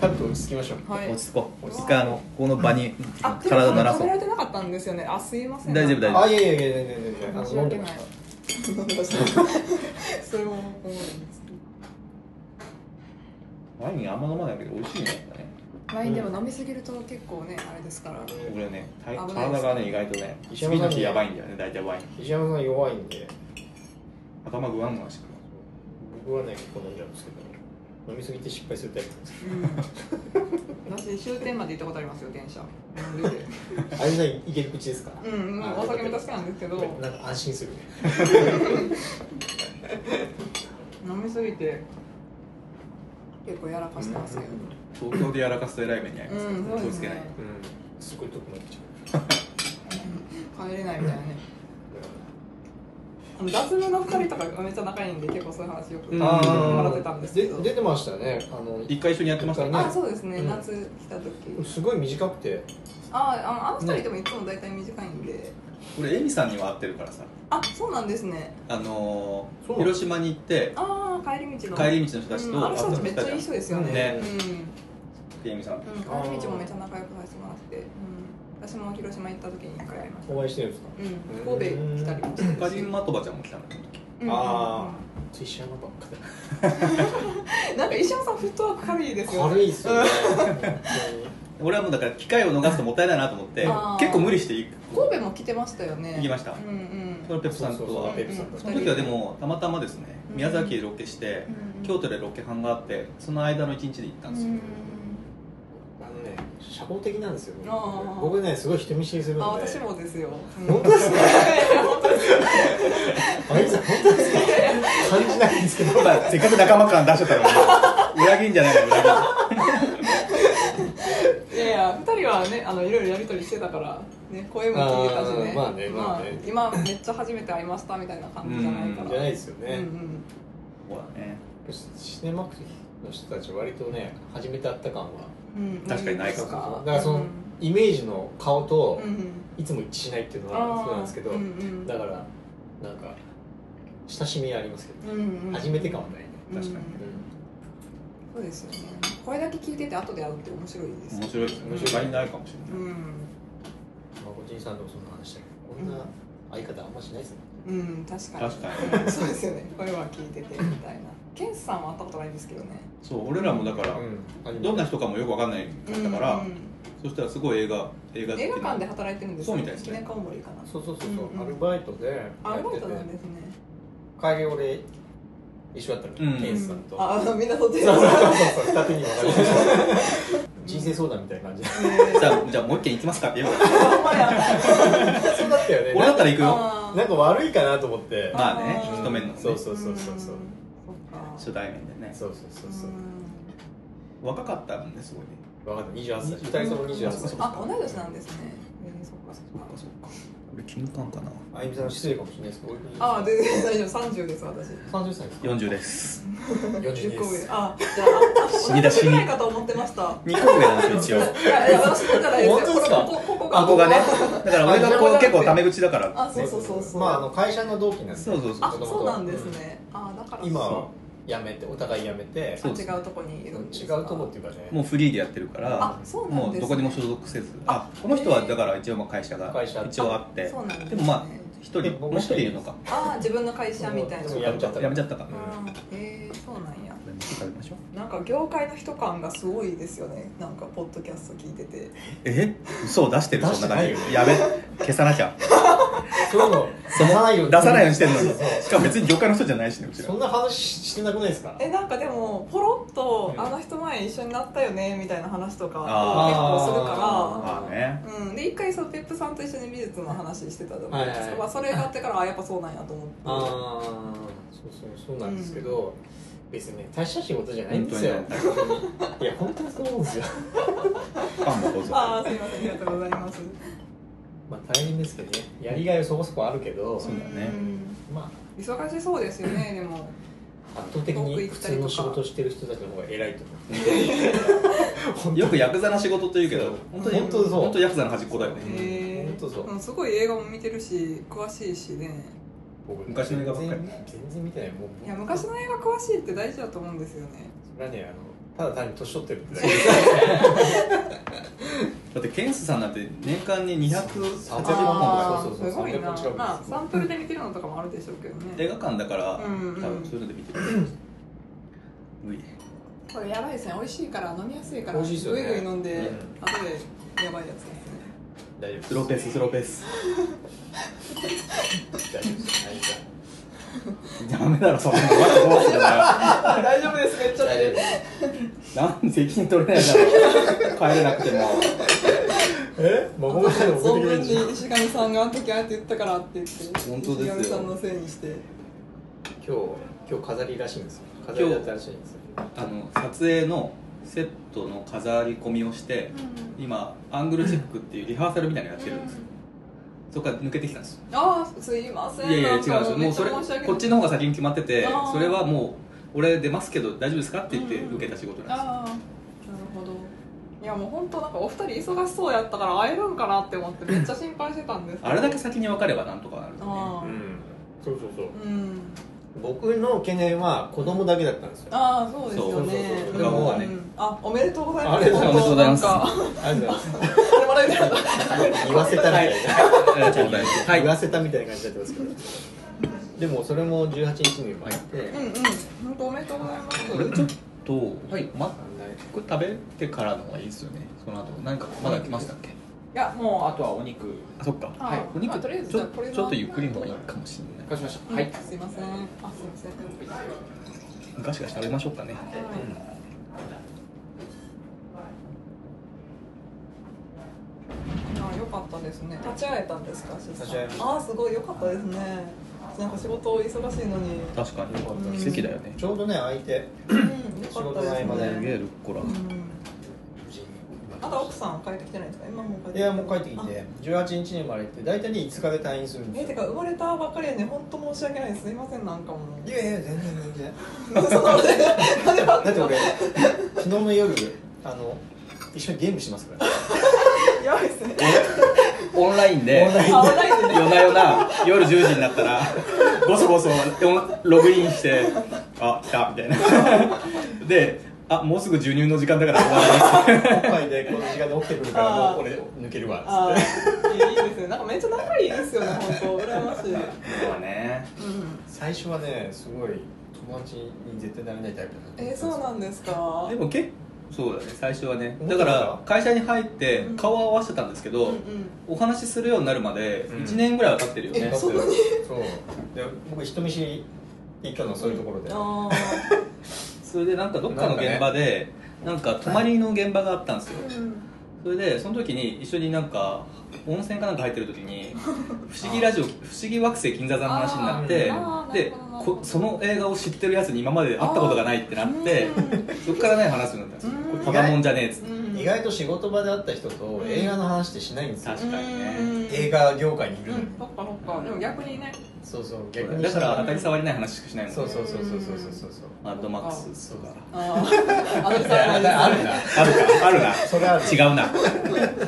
[SPEAKER 2] カップ落ち着きましょう
[SPEAKER 3] はい
[SPEAKER 1] 落ち着こう
[SPEAKER 3] 落ち着こう
[SPEAKER 1] 一回あのこの場に
[SPEAKER 3] あ、
[SPEAKER 1] 体
[SPEAKER 3] 体
[SPEAKER 1] 鳴
[SPEAKER 3] ら
[SPEAKER 1] ら
[SPEAKER 3] そ。
[SPEAKER 1] そう
[SPEAKER 3] 食べら
[SPEAKER 1] う
[SPEAKER 3] れてなかったんですよね。あ、すいません。
[SPEAKER 1] 大丈夫大丈
[SPEAKER 2] あいやいやいやいやいやいやあの
[SPEAKER 3] 申し
[SPEAKER 2] 飲んで
[SPEAKER 3] 訳な
[SPEAKER 2] まし
[SPEAKER 3] い
[SPEAKER 2] た。
[SPEAKER 3] それも思うんです
[SPEAKER 1] ワインあんま飲まないけど美味しいねやっぱ
[SPEAKER 3] け
[SPEAKER 1] ね
[SPEAKER 3] ど。ワインでも飲みすぎると結構ね、あれです から。
[SPEAKER 1] 俺ね体
[SPEAKER 3] 危ないです
[SPEAKER 1] 体がね意外とね
[SPEAKER 2] 石山
[SPEAKER 1] 次
[SPEAKER 2] さんね
[SPEAKER 1] の日やばいんだよね大体ワイン
[SPEAKER 2] 石山さん弱いんで
[SPEAKER 1] 頭グワングワンしてくる
[SPEAKER 2] 僕はね結構飲んじゃうんですけど飲みすぎて失敗するタイプなんですよ
[SPEAKER 3] 私終点まで行ったことありますよ、電車。乗りで
[SPEAKER 2] あれじゃいける口ですか
[SPEAKER 3] うん、うん、お酒も確かなんですけど、
[SPEAKER 2] なんか安心するね
[SPEAKER 3] 飲みすぎて。結構やらかしてますけど。
[SPEAKER 1] 東京でやらかすとえらい目に遭いますか
[SPEAKER 3] う
[SPEAKER 1] ら
[SPEAKER 3] んそうです
[SPEAKER 1] 気をつ
[SPEAKER 3] ね
[SPEAKER 1] けない
[SPEAKER 2] うんすごい遠くなっちゃ
[SPEAKER 3] 帰れないみたいなね。
[SPEAKER 2] う
[SPEAKER 3] あの脱部の二人とかめっちゃ仲いいんで結構そういう話よく
[SPEAKER 1] うん
[SPEAKER 3] も
[SPEAKER 2] あ
[SPEAKER 3] らってたんですけ
[SPEAKER 2] ー
[SPEAKER 3] ど
[SPEAKER 2] で出てましたねあの
[SPEAKER 1] 一回一緒にやってましたね
[SPEAKER 3] あそうですね、
[SPEAKER 2] うん
[SPEAKER 3] 夏来た時
[SPEAKER 2] すごい短くて
[SPEAKER 3] ああのあの二人でもいつも大体短いんで、
[SPEAKER 1] 俺エミさんには会ってるからさ
[SPEAKER 3] あそうなんですね
[SPEAKER 1] あのー
[SPEAKER 2] そう
[SPEAKER 1] 広島に行って
[SPEAKER 3] ああ帰り道の
[SPEAKER 1] 帰り道の人たち
[SPEAKER 3] う
[SPEAKER 1] と
[SPEAKER 3] ん、あの人たちめっ
[SPEAKER 1] 会っ
[SPEAKER 3] ちゃ
[SPEAKER 1] た
[SPEAKER 3] いい
[SPEAKER 1] じ
[SPEAKER 3] 人ですよね
[SPEAKER 1] ね
[SPEAKER 3] うん、
[SPEAKER 1] ゃんエミさん
[SPEAKER 3] うん、帰り道もめっちゃ仲良くさせてもらって、うん、私も広島行った時に一回会いました
[SPEAKER 2] お会いしてるんですか
[SPEAKER 3] うん、神戸来たりもして
[SPEAKER 1] カ
[SPEAKER 3] る
[SPEAKER 1] リ
[SPEAKER 3] し
[SPEAKER 1] ンマトバちゃんも来たの
[SPEAKER 3] うん
[SPEAKER 2] あ石山ばっか
[SPEAKER 3] なんか石山さんフットワーク軽いですよね
[SPEAKER 2] 軽いっすよね
[SPEAKER 1] 俺はもうだから機会を逃すともったいないなと思って
[SPEAKER 3] あー
[SPEAKER 1] 結構無理して行く
[SPEAKER 3] 神戸も来てましたよね
[SPEAKER 1] 行きました
[SPEAKER 3] うんうん
[SPEAKER 1] そのペプさんと
[SPEAKER 2] そうそう
[SPEAKER 1] は
[SPEAKER 2] そうペプさんと
[SPEAKER 1] その時はでもたまたまですね
[SPEAKER 3] うん
[SPEAKER 1] 宮崎でロケして
[SPEAKER 3] うん
[SPEAKER 1] 京都でロケ班があってその間の一日で行ったんです よ
[SPEAKER 2] あのね社交的なんですよね
[SPEAKER 3] あー
[SPEAKER 2] 僕ねすごい人見知りするんで
[SPEAKER 3] あ、私もですよ。
[SPEAKER 2] 本当です
[SPEAKER 3] ね。
[SPEAKER 2] あゆみさん本当ですか感じないんですけど
[SPEAKER 1] ほらせっかく仲間感出しちゃったの に裏切んじゃないよ裏切ん
[SPEAKER 3] いやいや、二人はね、あのいろいろやりとりしてたから、ね、声も聞いてたしね。
[SPEAKER 2] あーまあねまあね
[SPEAKER 3] 今めっちゃ初めて会いましたみたいな感じじゃないから。
[SPEAKER 1] うん
[SPEAKER 2] じゃないいですよね、
[SPEAKER 3] うん
[SPEAKER 1] ほらね
[SPEAKER 2] シネマクの人たち割とね初めて会った感は
[SPEAKER 3] うん。うん
[SPEAKER 1] 確かにないか
[SPEAKER 2] そう
[SPEAKER 1] も
[SPEAKER 2] そうそうだからその、イメージの顔と
[SPEAKER 3] うんうん。
[SPEAKER 2] いつも一致しないっていうのはそうなんですけど、
[SPEAKER 3] あーうんうん
[SPEAKER 2] だからなんか親しみはありますけど、
[SPEAKER 3] うんうん
[SPEAKER 2] 初めて感はないね、
[SPEAKER 1] 確かに
[SPEAKER 3] そうですよね。これだけ聞いてて後で会うって面白いです。
[SPEAKER 1] 面白いですね面白いにないかもし
[SPEAKER 3] う
[SPEAKER 1] れない
[SPEAKER 3] ん。
[SPEAKER 2] まこちんさんともそんな話したけどこんな相方あんましないですね、
[SPEAKER 3] うん、確かに。
[SPEAKER 1] 確かに
[SPEAKER 3] そうですよね。声は聞いててみたいな。ケンスさんは会ったことないんですけどね。
[SPEAKER 1] そう俺らもだからどんな人かもよくわかんないかったから、
[SPEAKER 3] うんうん
[SPEAKER 1] そしたらすごい映画映画好きな
[SPEAKER 3] 映画館で働いてるんです
[SPEAKER 1] そうみたいですね
[SPEAKER 3] 記念館森かな
[SPEAKER 2] そうそうそうそう、
[SPEAKER 3] うんうん
[SPEAKER 2] アルバイトでやってて
[SPEAKER 3] あアルバイトなんですね
[SPEAKER 2] 帰り俺一緒だったの、
[SPEAKER 1] うん
[SPEAKER 2] ケンスさんと、
[SPEAKER 3] ああみんなそっち
[SPEAKER 2] そうそう
[SPEAKER 3] ね
[SPEAKER 2] そうそう二手に分かれてる人生相談みたいな感じ
[SPEAKER 1] じゃあじゃあもう一軒行きますかって 言う
[SPEAKER 3] えほんまや
[SPEAKER 2] そうだったよね
[SPEAKER 1] 俺だったら行くよ
[SPEAKER 3] あー
[SPEAKER 2] なんか悪いかなと思って
[SPEAKER 1] まあね
[SPEAKER 3] あー
[SPEAKER 1] 一目のね
[SPEAKER 2] そうそうそうそうそ
[SPEAKER 3] う
[SPEAKER 2] う
[SPEAKER 3] んそっか
[SPEAKER 1] 初対面でね
[SPEAKER 2] そうそうそうそう
[SPEAKER 3] う
[SPEAKER 1] 若かったんですごいね
[SPEAKER 2] 分かった28歳二人とも28歳
[SPEAKER 1] そう
[SPEAKER 3] あ同い年なんですねえーそっかそっか
[SPEAKER 1] そっか俺金管かな
[SPEAKER 2] あゆみさん失礼かもしれないですけど
[SPEAKER 3] あー全 然大丈夫三十です私
[SPEAKER 2] 30歳ですか
[SPEAKER 1] 40です
[SPEAKER 2] 42
[SPEAKER 3] 十
[SPEAKER 2] で
[SPEAKER 3] 個上
[SPEAKER 2] す
[SPEAKER 3] あじゃああ
[SPEAKER 1] 死にだ
[SPEAKER 3] 同じ
[SPEAKER 1] 死に
[SPEAKER 3] ぐらいかと思ってました
[SPEAKER 1] 2個上なんですよ一応
[SPEAKER 3] いやいや私のじゃないですよ
[SPEAKER 2] 本当ですか
[SPEAKER 3] ここここが
[SPEAKER 1] あここがねだから俺がこう
[SPEAKER 3] あ
[SPEAKER 1] 結構タメ口だから
[SPEAKER 3] あそうそうそうそう
[SPEAKER 2] まああの会社の同期なんで
[SPEAKER 1] そうそうそう
[SPEAKER 3] あそうなんですねあーだから
[SPEAKER 2] 今
[SPEAKER 1] そ
[SPEAKER 2] は辞めてお互い辞めて
[SPEAKER 1] そ
[SPEAKER 3] あ
[SPEAKER 1] うです
[SPEAKER 3] 違うとこにいるんです
[SPEAKER 2] 違う
[SPEAKER 3] か
[SPEAKER 2] とこっていうかね
[SPEAKER 1] もうフリーでやってるから
[SPEAKER 3] あそうなんですね
[SPEAKER 1] もうどこにも所属せずあこの人はだから一応まあ会社が
[SPEAKER 2] 会社
[SPEAKER 1] 一応あって
[SPEAKER 3] そうなんですね
[SPEAKER 1] でもまあ一人
[SPEAKER 2] で
[SPEAKER 1] も
[SPEAKER 2] 僕
[SPEAKER 1] う一人いるのか
[SPEAKER 3] ああ自分の会社みたいな
[SPEAKER 2] でもやめちゃった
[SPEAKER 1] やめちゃったか
[SPEAKER 3] あーえー、そうなんや
[SPEAKER 1] 食べましょう
[SPEAKER 3] なんか業界の人感がすごいですよねなんかポッドキャスト聞いてて
[SPEAKER 1] え嘘を出してる
[SPEAKER 2] 出
[SPEAKER 1] そん
[SPEAKER 2] して
[SPEAKER 1] な
[SPEAKER 2] な
[SPEAKER 1] 感
[SPEAKER 2] いよ
[SPEAKER 1] じやべ消さなきゃ
[SPEAKER 2] そういうの出さないように
[SPEAKER 1] 出さないようにしてんのに
[SPEAKER 2] そうそう
[SPEAKER 1] しかも別に業界の人じゃないしねうちら
[SPEAKER 2] そんな話してなくないですか
[SPEAKER 3] えなんかでもポロッと「あの人前一緒になったよね」みたいな話とか結
[SPEAKER 1] あ
[SPEAKER 3] 構するから
[SPEAKER 1] まあね
[SPEAKER 3] うん、で一回そのペップさんと一緒に美術の話してたじゃないですか、
[SPEAKER 2] はいはい
[SPEAKER 3] まあ、それがあってからあやっぱそうなんやと思って
[SPEAKER 2] ああそうそうそうなんですけど、別にね大した仕事じゃないんですよ
[SPEAKER 1] 本当
[SPEAKER 2] いや本当にそう思う んですよ
[SPEAKER 1] ファンもどうぞ
[SPEAKER 3] ああすいませんありがとうございます
[SPEAKER 2] まあ大変ですけどねやりがいはそこそこあるけど
[SPEAKER 1] そうだね
[SPEAKER 3] ん
[SPEAKER 2] ま
[SPEAKER 3] 忙しそうですよ ねでも
[SPEAKER 2] あ圧倒的に普通の仕事してる人たちの方が偉いと 思う
[SPEAKER 1] よくヤクザな仕事というけど本
[SPEAKER 2] 本
[SPEAKER 1] 当
[SPEAKER 2] 当に
[SPEAKER 1] に
[SPEAKER 2] 本当そう
[SPEAKER 1] 本当ヤクザの端っこだよね
[SPEAKER 3] へえ
[SPEAKER 2] 本当そう
[SPEAKER 3] うんすごい映画も見てるし詳しいしね
[SPEAKER 2] 僕
[SPEAKER 1] 昔の映画ばっかり
[SPEAKER 2] 全然全然見てないもう
[SPEAKER 3] いや昔の映画詳しいって大事だと思うんですよね
[SPEAKER 2] それはねあのただ単に年取ってるって だけで
[SPEAKER 1] だってケンスさんなんて年間に280
[SPEAKER 2] あ
[SPEAKER 1] 本と
[SPEAKER 2] あ
[SPEAKER 1] か
[SPEAKER 2] そうそうそう
[SPEAKER 3] すごいな
[SPEAKER 2] 300近く
[SPEAKER 3] まあサンプルで見てるのとかもあるでしょうけど
[SPEAKER 1] 映
[SPEAKER 3] ね
[SPEAKER 1] 画館だから多
[SPEAKER 3] うんうん
[SPEAKER 1] 分そういうので見てるうい
[SPEAKER 3] これやばいですね美味しいから飲みやすいから
[SPEAKER 2] 美味しいですよね
[SPEAKER 3] ぐいぐい飲んで、
[SPEAKER 2] うん
[SPEAKER 3] 後でやばいやつですね
[SPEAKER 2] 大丈夫です
[SPEAKER 1] スローペーススローペース
[SPEAKER 2] 大丈夫です大丈
[SPEAKER 1] ダメだろそんなのまだどうすんだよ
[SPEAKER 3] 大丈夫ですめっち
[SPEAKER 2] 夫大丈夫
[SPEAKER 1] なんで責任取れないだろう帰れなくても
[SPEAKER 2] え孫みたいな
[SPEAKER 3] 存
[SPEAKER 2] 送ってく
[SPEAKER 3] 分
[SPEAKER 2] れるじゃん
[SPEAKER 3] に石神さんがあの時ああやって言ったからって言って
[SPEAKER 1] 本当ですよ
[SPEAKER 3] 石神さんのせいにして
[SPEAKER 2] 今日今日飾りらしいんですよ飾りだったらしいんですよ
[SPEAKER 1] あの撮影のセットの飾り込みをして今アングルチェックっていうリハーサルみたいなのやってるんですよそこから抜けてきたんですよ
[SPEAKER 3] ああすいません
[SPEAKER 1] いやいや違うんです
[SPEAKER 3] なんか
[SPEAKER 1] よもうそれ
[SPEAKER 3] めっちゃ申し訳ない
[SPEAKER 1] こっちの方が先に決まってて
[SPEAKER 3] あー
[SPEAKER 1] それはもう俺出ますけど大丈夫ですかって言って受けた仕事なんですよ
[SPEAKER 3] ああなるほどいやもう本当なんかお二人忙しそうやったから会えるんかなって思ってめっちゃ心配してたんですけど
[SPEAKER 1] あれだけ先に分かればなんとかなるんですね
[SPEAKER 3] あ
[SPEAKER 2] うんそうそうそう
[SPEAKER 3] あうん
[SPEAKER 2] 僕の懸念は子供だけだったんです よ
[SPEAKER 3] ああそうですよ
[SPEAKER 2] そうそう
[SPEAKER 3] ね
[SPEAKER 2] そうだからもうね
[SPEAKER 3] んあおめでとうございま
[SPEAKER 2] あり
[SPEAKER 3] す
[SPEAKER 2] がとう
[SPEAKER 1] ございます
[SPEAKER 3] 本当なんか
[SPEAKER 2] ありがとうございます
[SPEAKER 3] あれもらえたら
[SPEAKER 2] 言わせたみたいな
[SPEAKER 1] えーちょっと大丈夫
[SPEAKER 2] 言わせたみたいな感じになってますけどでもそれも18日にもあって、
[SPEAKER 3] うんうん本当おめでとうございます
[SPEAKER 1] これちょっと、
[SPEAKER 2] はい
[SPEAKER 1] マック食べてからの方がいいですよねその後何かまだ来ましたっけ
[SPEAKER 3] いやもう
[SPEAKER 4] あとはお肉
[SPEAKER 1] あそっか
[SPEAKER 3] はい
[SPEAKER 1] お肉
[SPEAKER 3] まあとりあえず
[SPEAKER 1] ちょ
[SPEAKER 3] じゃあこれは
[SPEAKER 1] ちょっとゆっくりの方がいいかもしれな
[SPEAKER 4] かしましたはい
[SPEAKER 3] すいませんあすいません
[SPEAKER 1] いガシガシ食べましょうかね
[SPEAKER 3] はあ良かったですね立ち会えたんですか
[SPEAKER 2] 立ち会えました
[SPEAKER 3] ああすごい良かったですねなんか仕事忙しいのに
[SPEAKER 1] 確か
[SPEAKER 2] よかった
[SPEAKER 1] に奇跡だよね
[SPEAKER 2] ちょうどね空いて
[SPEAKER 3] うん良
[SPEAKER 2] 仕
[SPEAKER 3] か
[SPEAKER 2] 事
[SPEAKER 3] った
[SPEAKER 2] の
[SPEAKER 3] です
[SPEAKER 2] 合間
[SPEAKER 1] す
[SPEAKER 2] で
[SPEAKER 1] げえ
[SPEAKER 3] ね
[SPEAKER 1] ルッコラ
[SPEAKER 3] うんまだ奥さんは帰ってきてないんですか今もう帰って
[SPEAKER 2] いやもう帰ってきて18日に生まれて大体ね5日で退院するん
[SPEAKER 3] え
[SPEAKER 2] です
[SPEAKER 3] て
[SPEAKER 2] よ
[SPEAKER 3] か生まれたばっかりやね本当申し訳ないですすいませんなんかもう
[SPEAKER 2] いやいや全然全然
[SPEAKER 3] そのなんで
[SPEAKER 2] だって俺昨日の夜あの一緒にゲームします から
[SPEAKER 3] やばいですね
[SPEAKER 1] オンラインで
[SPEAKER 2] オンライン
[SPEAKER 3] あオンラインでね
[SPEAKER 1] 夜な夜な夜10時になっ たらごそごそログインしてあ来たみたいなであもうすぐ授乳の時間だから終わります
[SPEAKER 2] おっぱいでこの時間で起きてくるからもう俺抜けるわっ
[SPEAKER 3] ああいいですねなんかめっちゃ仲いいですよね本当羨ましい
[SPEAKER 1] そうね
[SPEAKER 3] うん
[SPEAKER 2] て最初はねすごい友達に絶対なれないタイプだったん
[SPEAKER 3] え
[SPEAKER 2] で
[SPEAKER 3] ー、
[SPEAKER 2] すよ
[SPEAKER 3] そうなんですか
[SPEAKER 1] でも結構そうだね最初はね
[SPEAKER 2] 本当
[SPEAKER 1] だ
[SPEAKER 2] だ
[SPEAKER 1] か
[SPEAKER 2] から
[SPEAKER 1] ら会社に入って
[SPEAKER 3] うん
[SPEAKER 1] 顔を合わせてたんですけど、
[SPEAKER 3] うんうん
[SPEAKER 1] お話しするようになるまで
[SPEAKER 2] うん
[SPEAKER 1] 1年ぐらいは経ってるよね、
[SPEAKER 3] えそんなに
[SPEAKER 2] そうで僕人見知り行ったのはそういうところで
[SPEAKER 3] あ
[SPEAKER 1] それでなんかどっかの現場でなんか泊まりの現場があったんですよ
[SPEAKER 3] ーうん
[SPEAKER 1] それでその時に一緒になんか温泉かなんか入ってる時 に不思議ラジオ不思議惑星銀座座の話になって
[SPEAKER 3] あーあーな
[SPEAKER 1] で
[SPEAKER 3] るほどなるほど
[SPEAKER 1] こその映画を知ってるやつに今まで会ったことがないってなって
[SPEAKER 3] う
[SPEAKER 1] そっからね話すようになったんですよ
[SPEAKER 3] うん
[SPEAKER 1] これただもんじゃねえっつって
[SPEAKER 3] うん
[SPEAKER 2] 意外と仕事場で会った人と映画の話ってしないんですよ
[SPEAKER 1] 確かにね
[SPEAKER 3] うん
[SPEAKER 2] 映画業界にいる
[SPEAKER 3] う
[SPEAKER 2] のに
[SPEAKER 3] んそっかそっかでも逆にね
[SPEAKER 2] そうそう逆に
[SPEAKER 1] だから当
[SPEAKER 2] そ
[SPEAKER 1] たり障りない話しかしないもんね
[SPEAKER 2] うそうそうそうそうそうそうそう
[SPEAKER 1] マッドマックスとか
[SPEAKER 3] あーあのさ
[SPEAKER 2] あ
[SPEAKER 3] あ
[SPEAKER 2] るな
[SPEAKER 1] あるかあるな
[SPEAKER 2] それある
[SPEAKER 1] 違うな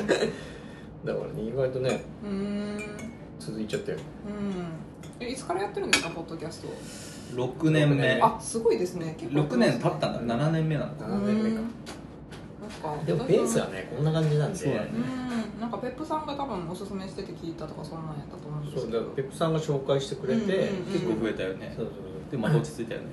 [SPEAKER 2] だからね意外とね
[SPEAKER 3] うーん
[SPEAKER 2] 続いちゃったよ
[SPEAKER 3] うんえいつからやってるんですかポッドキャスト
[SPEAKER 1] 6年目
[SPEAKER 3] あすごいですね結構
[SPEAKER 1] 6年経ったんだ7年目なのか
[SPEAKER 2] 7年目か
[SPEAKER 3] かなんか
[SPEAKER 2] でもベースはねこんな感じなんで
[SPEAKER 1] そうだね
[SPEAKER 3] うんなんかペップさんが多分おすすめしてて聞いたとかそんなんやったと思うんで
[SPEAKER 2] そ
[SPEAKER 3] す
[SPEAKER 2] う
[SPEAKER 3] け
[SPEAKER 2] だ
[SPEAKER 3] ど
[SPEAKER 2] からペップさんが紹介してくれて
[SPEAKER 3] うんうんうん
[SPEAKER 1] 結構増えたよね
[SPEAKER 2] そうそうそう
[SPEAKER 1] でもまた落ち着いたよね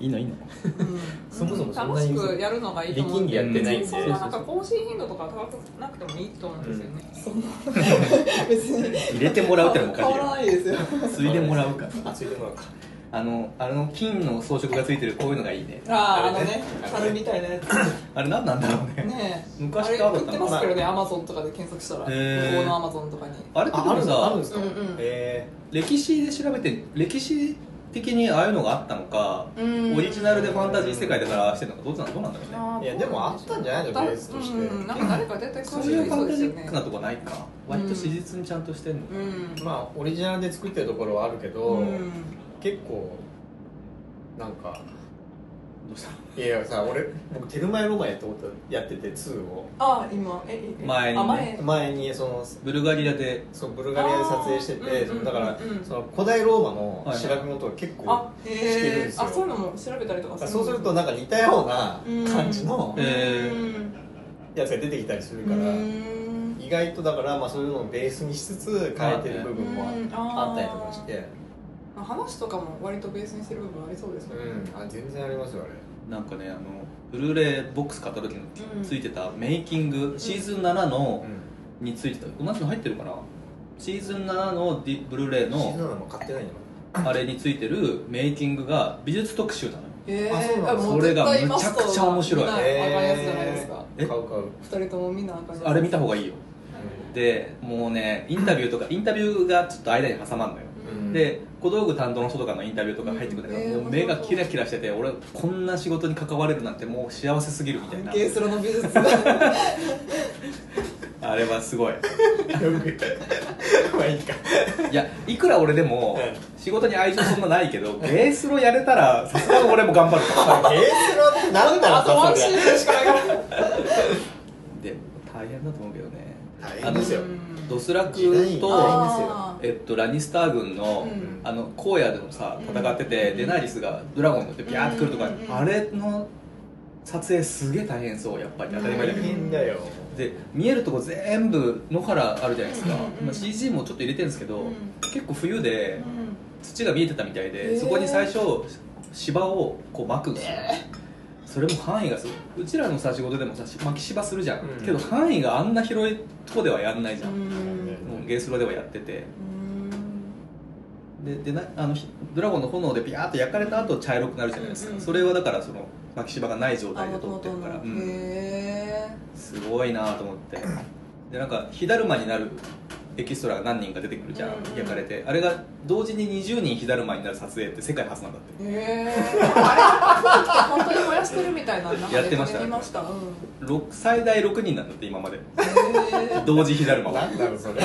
[SPEAKER 1] いいのいいの
[SPEAKER 5] うん
[SPEAKER 2] そもそもそん
[SPEAKER 5] 楽
[SPEAKER 2] な
[SPEAKER 5] し
[SPEAKER 2] に
[SPEAKER 5] くやるのがいいと思う
[SPEAKER 2] 力んでやってないん
[SPEAKER 5] 別
[SPEAKER 2] で
[SPEAKER 5] にそんななんか
[SPEAKER 2] そう
[SPEAKER 5] 更新頻度とか高くなくてもいいと思うんですよね、そんな
[SPEAKER 3] 別 に
[SPEAKER 1] 入れてもらうってのもおかしい
[SPEAKER 3] 変わらないですよ
[SPEAKER 1] よついでもらうか
[SPEAKER 2] あついてもらうか
[SPEAKER 1] あのあの金の装飾がついてるこういうのがいいね
[SPEAKER 3] あああの
[SPEAKER 1] れ
[SPEAKER 3] ね樽みたいなやつ
[SPEAKER 1] あれ何なんだろうね
[SPEAKER 3] ねあ
[SPEAKER 1] 昔
[SPEAKER 3] れ
[SPEAKER 1] からだっ
[SPEAKER 3] 売
[SPEAKER 1] た
[SPEAKER 3] って
[SPEAKER 1] の
[SPEAKER 3] ます
[SPEAKER 1] か
[SPEAKER 3] け
[SPEAKER 1] な
[SPEAKER 3] どねアマゾンとかで検索したら
[SPEAKER 1] へー
[SPEAKER 3] 向こうのアマゾンとかに
[SPEAKER 1] あれってで
[SPEAKER 2] ああ
[SPEAKER 1] も
[SPEAKER 2] るんだあ
[SPEAKER 1] さ
[SPEAKER 2] るんです
[SPEAKER 3] う
[SPEAKER 2] か
[SPEAKER 3] んうん
[SPEAKER 1] えー歴史で調べて歴史的にああいうのがあったのか
[SPEAKER 3] うん
[SPEAKER 1] オリジナルでファンタジー世界だからああしてるのかどっちなのどうなんだろうね
[SPEAKER 5] あー
[SPEAKER 2] いやでもあったんじゃないのベースとして
[SPEAKER 5] うんうん、なんか誰か絶対詳
[SPEAKER 1] そう
[SPEAKER 5] しい
[SPEAKER 1] いう
[SPEAKER 5] 人
[SPEAKER 1] ファ
[SPEAKER 5] そう
[SPEAKER 1] ン
[SPEAKER 5] で
[SPEAKER 1] タ
[SPEAKER 5] す
[SPEAKER 1] ジ
[SPEAKER 5] よ
[SPEAKER 1] ッ
[SPEAKER 5] ね
[SPEAKER 1] クなとこないか割と史実にちゃんとしてんのか
[SPEAKER 3] うん
[SPEAKER 2] まあオリジナルで作ってるところはあるけど、
[SPEAKER 3] うん
[SPEAKER 2] 結構なんか
[SPEAKER 1] どうした
[SPEAKER 2] いやいやさ俺僕「テルマエ・ロマエ」ってことやってて2を
[SPEAKER 3] ああ今ええ
[SPEAKER 1] 前にね
[SPEAKER 3] あ前
[SPEAKER 2] 前にその
[SPEAKER 1] ブルガリアで
[SPEAKER 2] そうブルガリアで撮影してて、
[SPEAKER 3] あーうんうんうんうん
[SPEAKER 2] だから、その古代ローマの
[SPEAKER 1] はい
[SPEAKER 2] 調べ物とか結構
[SPEAKER 3] あ、
[SPEAKER 2] してるん
[SPEAKER 3] へ
[SPEAKER 2] で
[SPEAKER 3] え
[SPEAKER 2] すよ、
[SPEAKER 3] あそういうのも調べたりとか
[SPEAKER 2] そうするとなんか似たような感じの
[SPEAKER 1] うんえ
[SPEAKER 2] やつが出てきたりする
[SPEAKER 3] う
[SPEAKER 2] から、
[SPEAKER 3] ん
[SPEAKER 2] 意外とだから、まあ、そういうのをベースにしつつ変えてる部分もあ,、
[SPEAKER 3] うん
[SPEAKER 2] あったりとかして、
[SPEAKER 3] 話とかも割とベースにしてる部分ありそうです
[SPEAKER 2] う
[SPEAKER 3] よね
[SPEAKER 2] ん、あ全然ありますよあれ
[SPEAKER 1] なんかねあのブルーレイボックス買った時に
[SPEAKER 3] うん
[SPEAKER 1] ついてたメイキング、シーズン7の
[SPEAKER 2] う
[SPEAKER 1] についてた同じの入ってるかなシーズン7のディブルーレイ
[SPEAKER 2] ん、シーズン
[SPEAKER 1] の
[SPEAKER 2] 7も買ってないよ
[SPEAKER 1] あれについてるメイキングが美術特集なのよ
[SPEAKER 3] へー
[SPEAKER 2] あそうなんだ
[SPEAKER 3] あもう
[SPEAKER 1] それが
[SPEAKER 3] 絶対マスト
[SPEAKER 1] むちゃくちゃ面白い
[SPEAKER 3] 見なあかんやつじゃないですか
[SPEAKER 1] え
[SPEAKER 2] 買う買う、
[SPEAKER 3] 二人ともみんなあかんやつ
[SPEAKER 1] あれ見た方がいいよでもうねインタビューとかインタビューがちょっと間に挟まんのよ
[SPEAKER 2] うん、
[SPEAKER 1] で小道具担当の人とかのインタビューとか入ってくるんだけど、
[SPEAKER 3] うん
[SPEAKER 1] もう目がキラキラしてて俺こんな仕事に関われるなんてもう幸せすぎるみたいな
[SPEAKER 3] ゲースロの美術が
[SPEAKER 1] あれはすごい
[SPEAKER 2] よく まあいいか
[SPEAKER 1] いやいくら俺でも仕事に愛情そんなないけどベースロやれたらさすがに俺も頑張るから
[SPEAKER 2] まあベースロってなんだろ
[SPEAKER 3] あ
[SPEAKER 2] う
[SPEAKER 3] とワ
[SPEAKER 2] さ
[SPEAKER 3] ンシ
[SPEAKER 2] それ
[SPEAKER 3] ーズンしかないから
[SPEAKER 1] で大変だと思うけどね
[SPEAKER 2] 大変ですよ
[SPEAKER 3] うん
[SPEAKER 1] ドスラ
[SPEAKER 2] 時代
[SPEAKER 1] ク
[SPEAKER 2] に
[SPEAKER 1] と、
[SPEAKER 3] あー
[SPEAKER 1] えっと、ラニスター軍の、
[SPEAKER 3] うん
[SPEAKER 1] あの荒野でもさ
[SPEAKER 3] うん
[SPEAKER 1] 戦ってて、デナーリスがドラゴンに乗ってビャーってくると
[SPEAKER 3] う
[SPEAKER 1] か、
[SPEAKER 3] ん
[SPEAKER 1] あれの撮影すげえ大変そうやっぱり当たり前
[SPEAKER 2] 大
[SPEAKER 1] だけど、
[SPEAKER 2] 変だよ
[SPEAKER 1] で見えるとこ全部野原あるじゃないですか、
[SPEAKER 3] うん
[SPEAKER 1] まあ、CG もちょっと入れてるんですけど、
[SPEAKER 3] うん
[SPEAKER 1] 結構冬
[SPEAKER 3] う
[SPEAKER 1] で
[SPEAKER 3] ん
[SPEAKER 1] 土が見えてたみたいで、
[SPEAKER 3] へー
[SPEAKER 1] そこに最初芝をこう巻くんですよ、それも範囲がすごいうちらのさ仕事でもさ巻き芝するじゃん、
[SPEAKER 2] うん
[SPEAKER 1] けど範囲があんな広いとこではやんないじゃん、
[SPEAKER 3] うん
[SPEAKER 1] もうゲースロではやってて
[SPEAKER 3] うん
[SPEAKER 1] ででなあのひドラゴンの炎でビャーっと焼かれた後茶色くなるじゃないですか、
[SPEAKER 3] うんうん
[SPEAKER 1] それはだからその巻き芝がない状
[SPEAKER 3] あ
[SPEAKER 1] 態で撮ってるから、
[SPEAKER 3] 元
[SPEAKER 1] う
[SPEAKER 3] 々の
[SPEAKER 1] ん
[SPEAKER 3] へ
[SPEAKER 1] すごいなと思ってでなんか火だるまになるエキストラが何人か出てくるじゃん、
[SPEAKER 3] うんうん
[SPEAKER 1] 焼かれてあれが同時に20人火だるまになる撮影って世界初なんだって
[SPEAKER 3] えへえあれ本当に燃やしてるみたいななんか
[SPEAKER 1] やってました
[SPEAKER 3] ネットで見ましたうん
[SPEAKER 1] ろく最大6人なんだって今まで
[SPEAKER 3] へー
[SPEAKER 1] 同時火だるま
[SPEAKER 2] な
[SPEAKER 1] は
[SPEAKER 2] んだろうそれど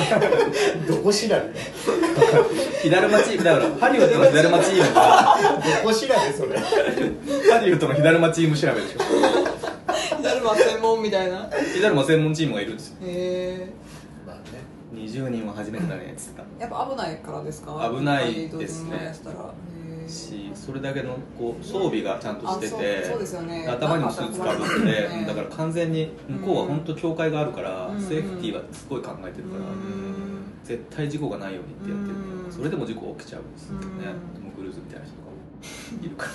[SPEAKER 2] こ調べど
[SPEAKER 1] 火だるまチームだからハリウッドの火だるまチームが
[SPEAKER 2] こ調べそれ
[SPEAKER 1] ハリウッドの火だるまチーム調べでしょ
[SPEAKER 3] ダルマ専門みたいなへ
[SPEAKER 1] 火だるま専門チームがいるんですよ
[SPEAKER 3] え
[SPEAKER 2] まあね
[SPEAKER 1] 20人は初めてだねっつってた
[SPEAKER 3] やっぱ危ないからですか
[SPEAKER 1] 危ないですね
[SPEAKER 3] 同時に燃やしたらへー
[SPEAKER 1] しそれだけのこう装備がちゃんとして
[SPEAKER 3] あ
[SPEAKER 1] て
[SPEAKER 3] そうそうですよね
[SPEAKER 1] 頭にもスーツかぶ
[SPEAKER 3] なん
[SPEAKER 1] って
[SPEAKER 3] かあったら困るよね
[SPEAKER 1] だから完全に向こうは本当教会があるから、
[SPEAKER 3] うん
[SPEAKER 1] セーフティーはすごい考えてるから、
[SPEAKER 3] うん
[SPEAKER 1] 絶対事故がないようにってやってるんだよ
[SPEAKER 3] うん
[SPEAKER 1] それでも事故起きちゃうんですよ
[SPEAKER 3] うん
[SPEAKER 1] ね、トム・クルーズみたいな人とかもいるか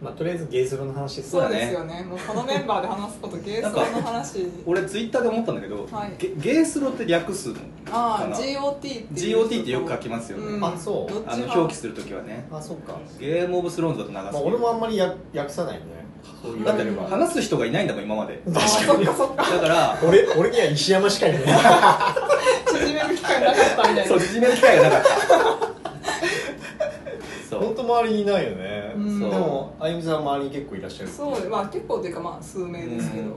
[SPEAKER 2] まあとりあえずゲースロの話です
[SPEAKER 3] そ
[SPEAKER 1] そう
[SPEAKER 3] う
[SPEAKER 1] だね
[SPEAKER 3] ですよねもうこのメンバーで話すことゲーソンの話
[SPEAKER 1] ら俺ツイッターで思ったんだけど、
[SPEAKER 3] はい
[SPEAKER 1] ゲゲースロって略すのか
[SPEAKER 3] ああ
[SPEAKER 1] な
[SPEAKER 3] GOT っていう
[SPEAKER 1] GOT ってよく書きますよね、
[SPEAKER 3] うん
[SPEAKER 2] あそう
[SPEAKER 3] どっ
[SPEAKER 1] あ
[SPEAKER 3] ち
[SPEAKER 1] の
[SPEAKER 3] が
[SPEAKER 1] 表記するときはね
[SPEAKER 2] あそっか、
[SPEAKER 1] ゲーム・オブ・スローンズだと
[SPEAKER 2] ま
[SPEAKER 1] 長
[SPEAKER 2] あ、
[SPEAKER 1] すぎ
[SPEAKER 2] 俺
[SPEAKER 1] る、
[SPEAKER 2] もあんまりや訳さないねそう言
[SPEAKER 1] だ
[SPEAKER 2] わ
[SPEAKER 1] っ
[SPEAKER 2] れ
[SPEAKER 1] て
[SPEAKER 2] れば
[SPEAKER 1] 話す人がいないんだもん今まで
[SPEAKER 3] あそっかそっか
[SPEAKER 1] だから
[SPEAKER 2] 俺俺には石山しかいない
[SPEAKER 3] 縮める機会なかったみたい
[SPEAKER 1] そ
[SPEAKER 3] な
[SPEAKER 1] う縮める機会がなかったそ
[SPEAKER 2] 本
[SPEAKER 1] う
[SPEAKER 2] 当周りにいないよね、
[SPEAKER 3] うん
[SPEAKER 2] でもあゆみさん周りに結構いらっしゃる
[SPEAKER 3] そうまあ結構っていうかまあ数名ですけど
[SPEAKER 2] うん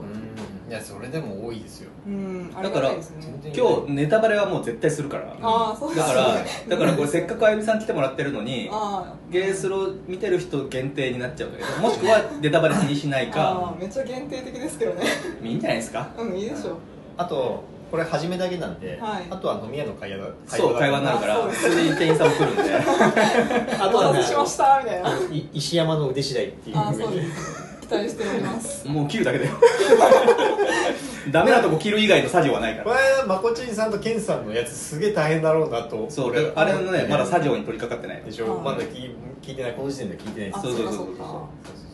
[SPEAKER 2] いやそれでも多いですよ
[SPEAKER 3] うんあ
[SPEAKER 1] だ
[SPEAKER 3] りが
[SPEAKER 1] から
[SPEAKER 3] たいですね
[SPEAKER 1] 今日ネタバレはもう絶対するから
[SPEAKER 3] ああそうで
[SPEAKER 1] だ
[SPEAKER 3] す
[SPEAKER 1] か
[SPEAKER 3] ね
[SPEAKER 1] らだからこれせっかくあゆみさん来てもらってるのに
[SPEAKER 3] ああ
[SPEAKER 1] ゲースロ見てる人限定になっちゃうんだけどもしくはネタバレ気にしない
[SPEAKER 3] あ
[SPEAKER 1] か
[SPEAKER 3] あめっちゃ限定的ですけどね
[SPEAKER 1] いいんじゃないですか
[SPEAKER 3] うんいいでしょう
[SPEAKER 2] あとこれ初めだけなんで、
[SPEAKER 3] はい
[SPEAKER 2] あとは飲み屋の会話だ
[SPEAKER 1] そう会話になるか
[SPEAKER 3] あ
[SPEAKER 1] ら
[SPEAKER 3] そうで
[SPEAKER 1] それで店員さんも来るんで
[SPEAKER 2] あ
[SPEAKER 3] お
[SPEAKER 2] とは
[SPEAKER 3] 待
[SPEAKER 2] ね
[SPEAKER 3] たせしましたみたいな
[SPEAKER 2] あい石山の腕次第っていう
[SPEAKER 3] ああ
[SPEAKER 2] ふ
[SPEAKER 3] そう
[SPEAKER 2] うに
[SPEAKER 3] です期待しております
[SPEAKER 1] もう切るだけだよ ダメなとこ切る以外の作業はないか
[SPEAKER 2] こ
[SPEAKER 1] ら
[SPEAKER 2] れまこちんさんとけんさんのやつすげえ大変だろうなと
[SPEAKER 1] そう
[SPEAKER 2] 俺
[SPEAKER 1] あれのねまだ作業に取り掛かってない
[SPEAKER 2] で
[SPEAKER 1] の
[SPEAKER 2] しょ
[SPEAKER 3] あー
[SPEAKER 2] まだ聞い聞いてないこの時点では聞いてないです
[SPEAKER 3] あ
[SPEAKER 2] そう
[SPEAKER 1] そうそうそう
[SPEAKER 3] そ
[SPEAKER 1] そうう
[SPEAKER 3] かそ
[SPEAKER 2] そう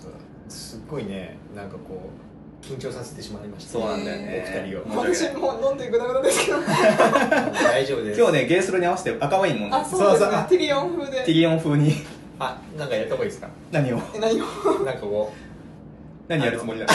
[SPEAKER 2] そうすっごいねなんかこう緊張させてしまいました
[SPEAKER 1] そうなんだよね
[SPEAKER 2] お二人を
[SPEAKER 1] 申し訳ない
[SPEAKER 3] 私もう飲んでグダグダですけど
[SPEAKER 2] 大丈夫です
[SPEAKER 1] 今日ねゲースロに合わせて赤ワイン飲んで
[SPEAKER 3] あ
[SPEAKER 1] る
[SPEAKER 3] そうです
[SPEAKER 2] そうそう
[SPEAKER 3] ねティリオン風
[SPEAKER 1] ティ
[SPEAKER 3] で
[SPEAKER 1] リオン風に
[SPEAKER 2] あなんかやった方がいいですか
[SPEAKER 1] 何を
[SPEAKER 3] え何を
[SPEAKER 2] なんかこ
[SPEAKER 1] 何やるつもりなの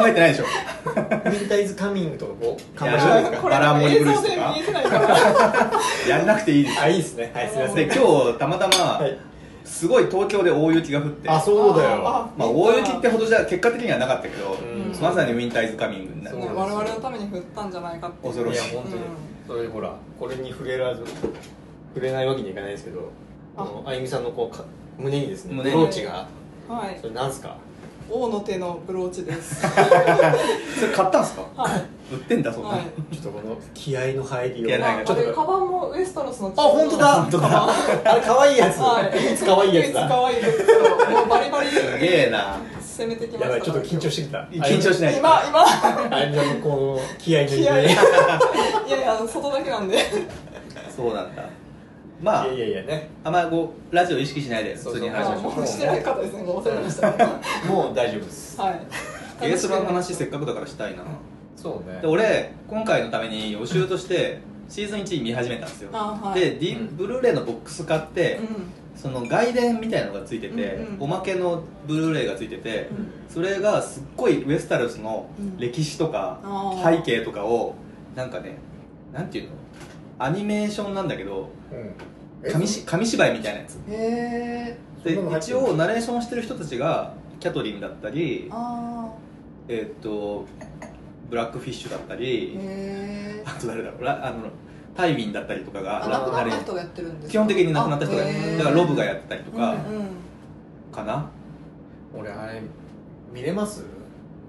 [SPEAKER 1] 考えてないでしょ
[SPEAKER 2] う「ミンタイズカミング」とかこう
[SPEAKER 1] いや
[SPEAKER 2] 乾杯し
[SPEAKER 3] こ
[SPEAKER 1] か
[SPEAKER 2] ま
[SPEAKER 3] れでも
[SPEAKER 1] バラモリ
[SPEAKER 3] 映
[SPEAKER 1] ブルー
[SPEAKER 3] 像
[SPEAKER 1] ス
[SPEAKER 3] で
[SPEAKER 1] とか
[SPEAKER 3] 見えてないから
[SPEAKER 1] やらなくていいです
[SPEAKER 2] すかあいいですねはいす みませ
[SPEAKER 1] で
[SPEAKER 2] ん
[SPEAKER 1] 今日たまたま
[SPEAKER 2] はい
[SPEAKER 1] すごい東京で大雪が降って
[SPEAKER 2] あそうだよ
[SPEAKER 3] あ
[SPEAKER 1] まあ、大雪ってほどじゃ結果的にはなかったけど、
[SPEAKER 2] うん
[SPEAKER 1] まさにウィンターイズカミングになる
[SPEAKER 2] そう
[SPEAKER 3] ね我々のために振ったんじゃないかって
[SPEAKER 1] 恐ろしい
[SPEAKER 2] や本当に、それでほらこれに触れらず触れないわけにはいかないですけど
[SPEAKER 3] あ
[SPEAKER 2] あのあゆみさんのこうか胸にですねブ
[SPEAKER 1] 胸に
[SPEAKER 2] ローチが
[SPEAKER 3] はい
[SPEAKER 2] それなんすか
[SPEAKER 3] 王の手のブローチです
[SPEAKER 1] それ買ったんすか
[SPEAKER 3] はい
[SPEAKER 1] 売ってんだ そんな、
[SPEAKER 3] はい
[SPEAKER 2] ちょっとこの気合の入り
[SPEAKER 1] 気合の入
[SPEAKER 3] あ
[SPEAKER 1] り
[SPEAKER 2] ちょ
[SPEAKER 3] あ
[SPEAKER 2] っ
[SPEAKER 3] れ
[SPEAKER 2] と
[SPEAKER 3] カバンもウエストロスのあ
[SPEAKER 2] あ本当だ
[SPEAKER 1] 本当だ
[SPEAKER 2] あれ可愛いやつ
[SPEAKER 3] はい
[SPEAKER 2] 唯一可愛いやつ
[SPEAKER 3] 唯一
[SPEAKER 2] だ
[SPEAKER 3] 可愛いですよもうバリバリ
[SPEAKER 1] すげえな
[SPEAKER 3] 攻めてきました
[SPEAKER 2] やばいちょっと緊張
[SPEAKER 3] し
[SPEAKER 2] してきた
[SPEAKER 1] 緊張しない
[SPEAKER 3] 今今
[SPEAKER 2] あゆみさんのこの気合の入り
[SPEAKER 3] 気合い
[SPEAKER 2] ね
[SPEAKER 3] いやいや外だけなんで
[SPEAKER 1] そうなんだまあ
[SPEAKER 2] いやいやいやね
[SPEAKER 1] あんまこうラジオ意識しないで普
[SPEAKER 2] そうそう
[SPEAKER 1] 通に
[SPEAKER 2] 大
[SPEAKER 1] 話
[SPEAKER 2] 丈
[SPEAKER 1] し
[SPEAKER 2] 夫
[SPEAKER 1] ましょ う
[SPEAKER 3] もうしてない方ですねごめんなさいましたは
[SPEAKER 2] もう大丈夫です
[SPEAKER 3] い
[SPEAKER 1] ゲースロの話せっかくだからしたいな
[SPEAKER 2] そうね
[SPEAKER 1] で俺今回のために予習としてシーズン1見始めたんですよ、
[SPEAKER 3] あはい
[SPEAKER 1] で、D
[SPEAKER 2] うん
[SPEAKER 1] ブルーレイのボックス買って、
[SPEAKER 3] う
[SPEAKER 1] その外伝みたいなのがついてて、
[SPEAKER 3] うんうん
[SPEAKER 1] おまけのブルーレイがついてて、
[SPEAKER 3] んうん
[SPEAKER 1] それがすっごいウェスタルスの歴史とか
[SPEAKER 3] うんあー
[SPEAKER 1] 背景とかをなんかねなんていうのアニメーションなんだけど
[SPEAKER 2] うん
[SPEAKER 1] 紙し紙芝居みたいなやつ
[SPEAKER 3] へえ
[SPEAKER 1] で
[SPEAKER 2] そんなの入っ
[SPEAKER 1] 一
[SPEAKER 2] てる
[SPEAKER 1] 応ナレーションしてる人たちがキャトリンだったり
[SPEAKER 3] あ
[SPEAKER 1] えーっとブラックフィッシュだった
[SPEAKER 3] ー
[SPEAKER 1] り
[SPEAKER 3] へえ
[SPEAKER 1] あと誰だろうラあのタイミンだったりとかが
[SPEAKER 3] 亡くな
[SPEAKER 1] ナレ
[SPEAKER 3] っ
[SPEAKER 1] ー
[SPEAKER 3] た人がやってるんですか
[SPEAKER 1] 基本的に亡くなった人が
[SPEAKER 3] あへー
[SPEAKER 1] だからロブがやってたりと
[SPEAKER 3] うん
[SPEAKER 1] か
[SPEAKER 3] うん
[SPEAKER 1] かな、
[SPEAKER 2] 俺あれ見れます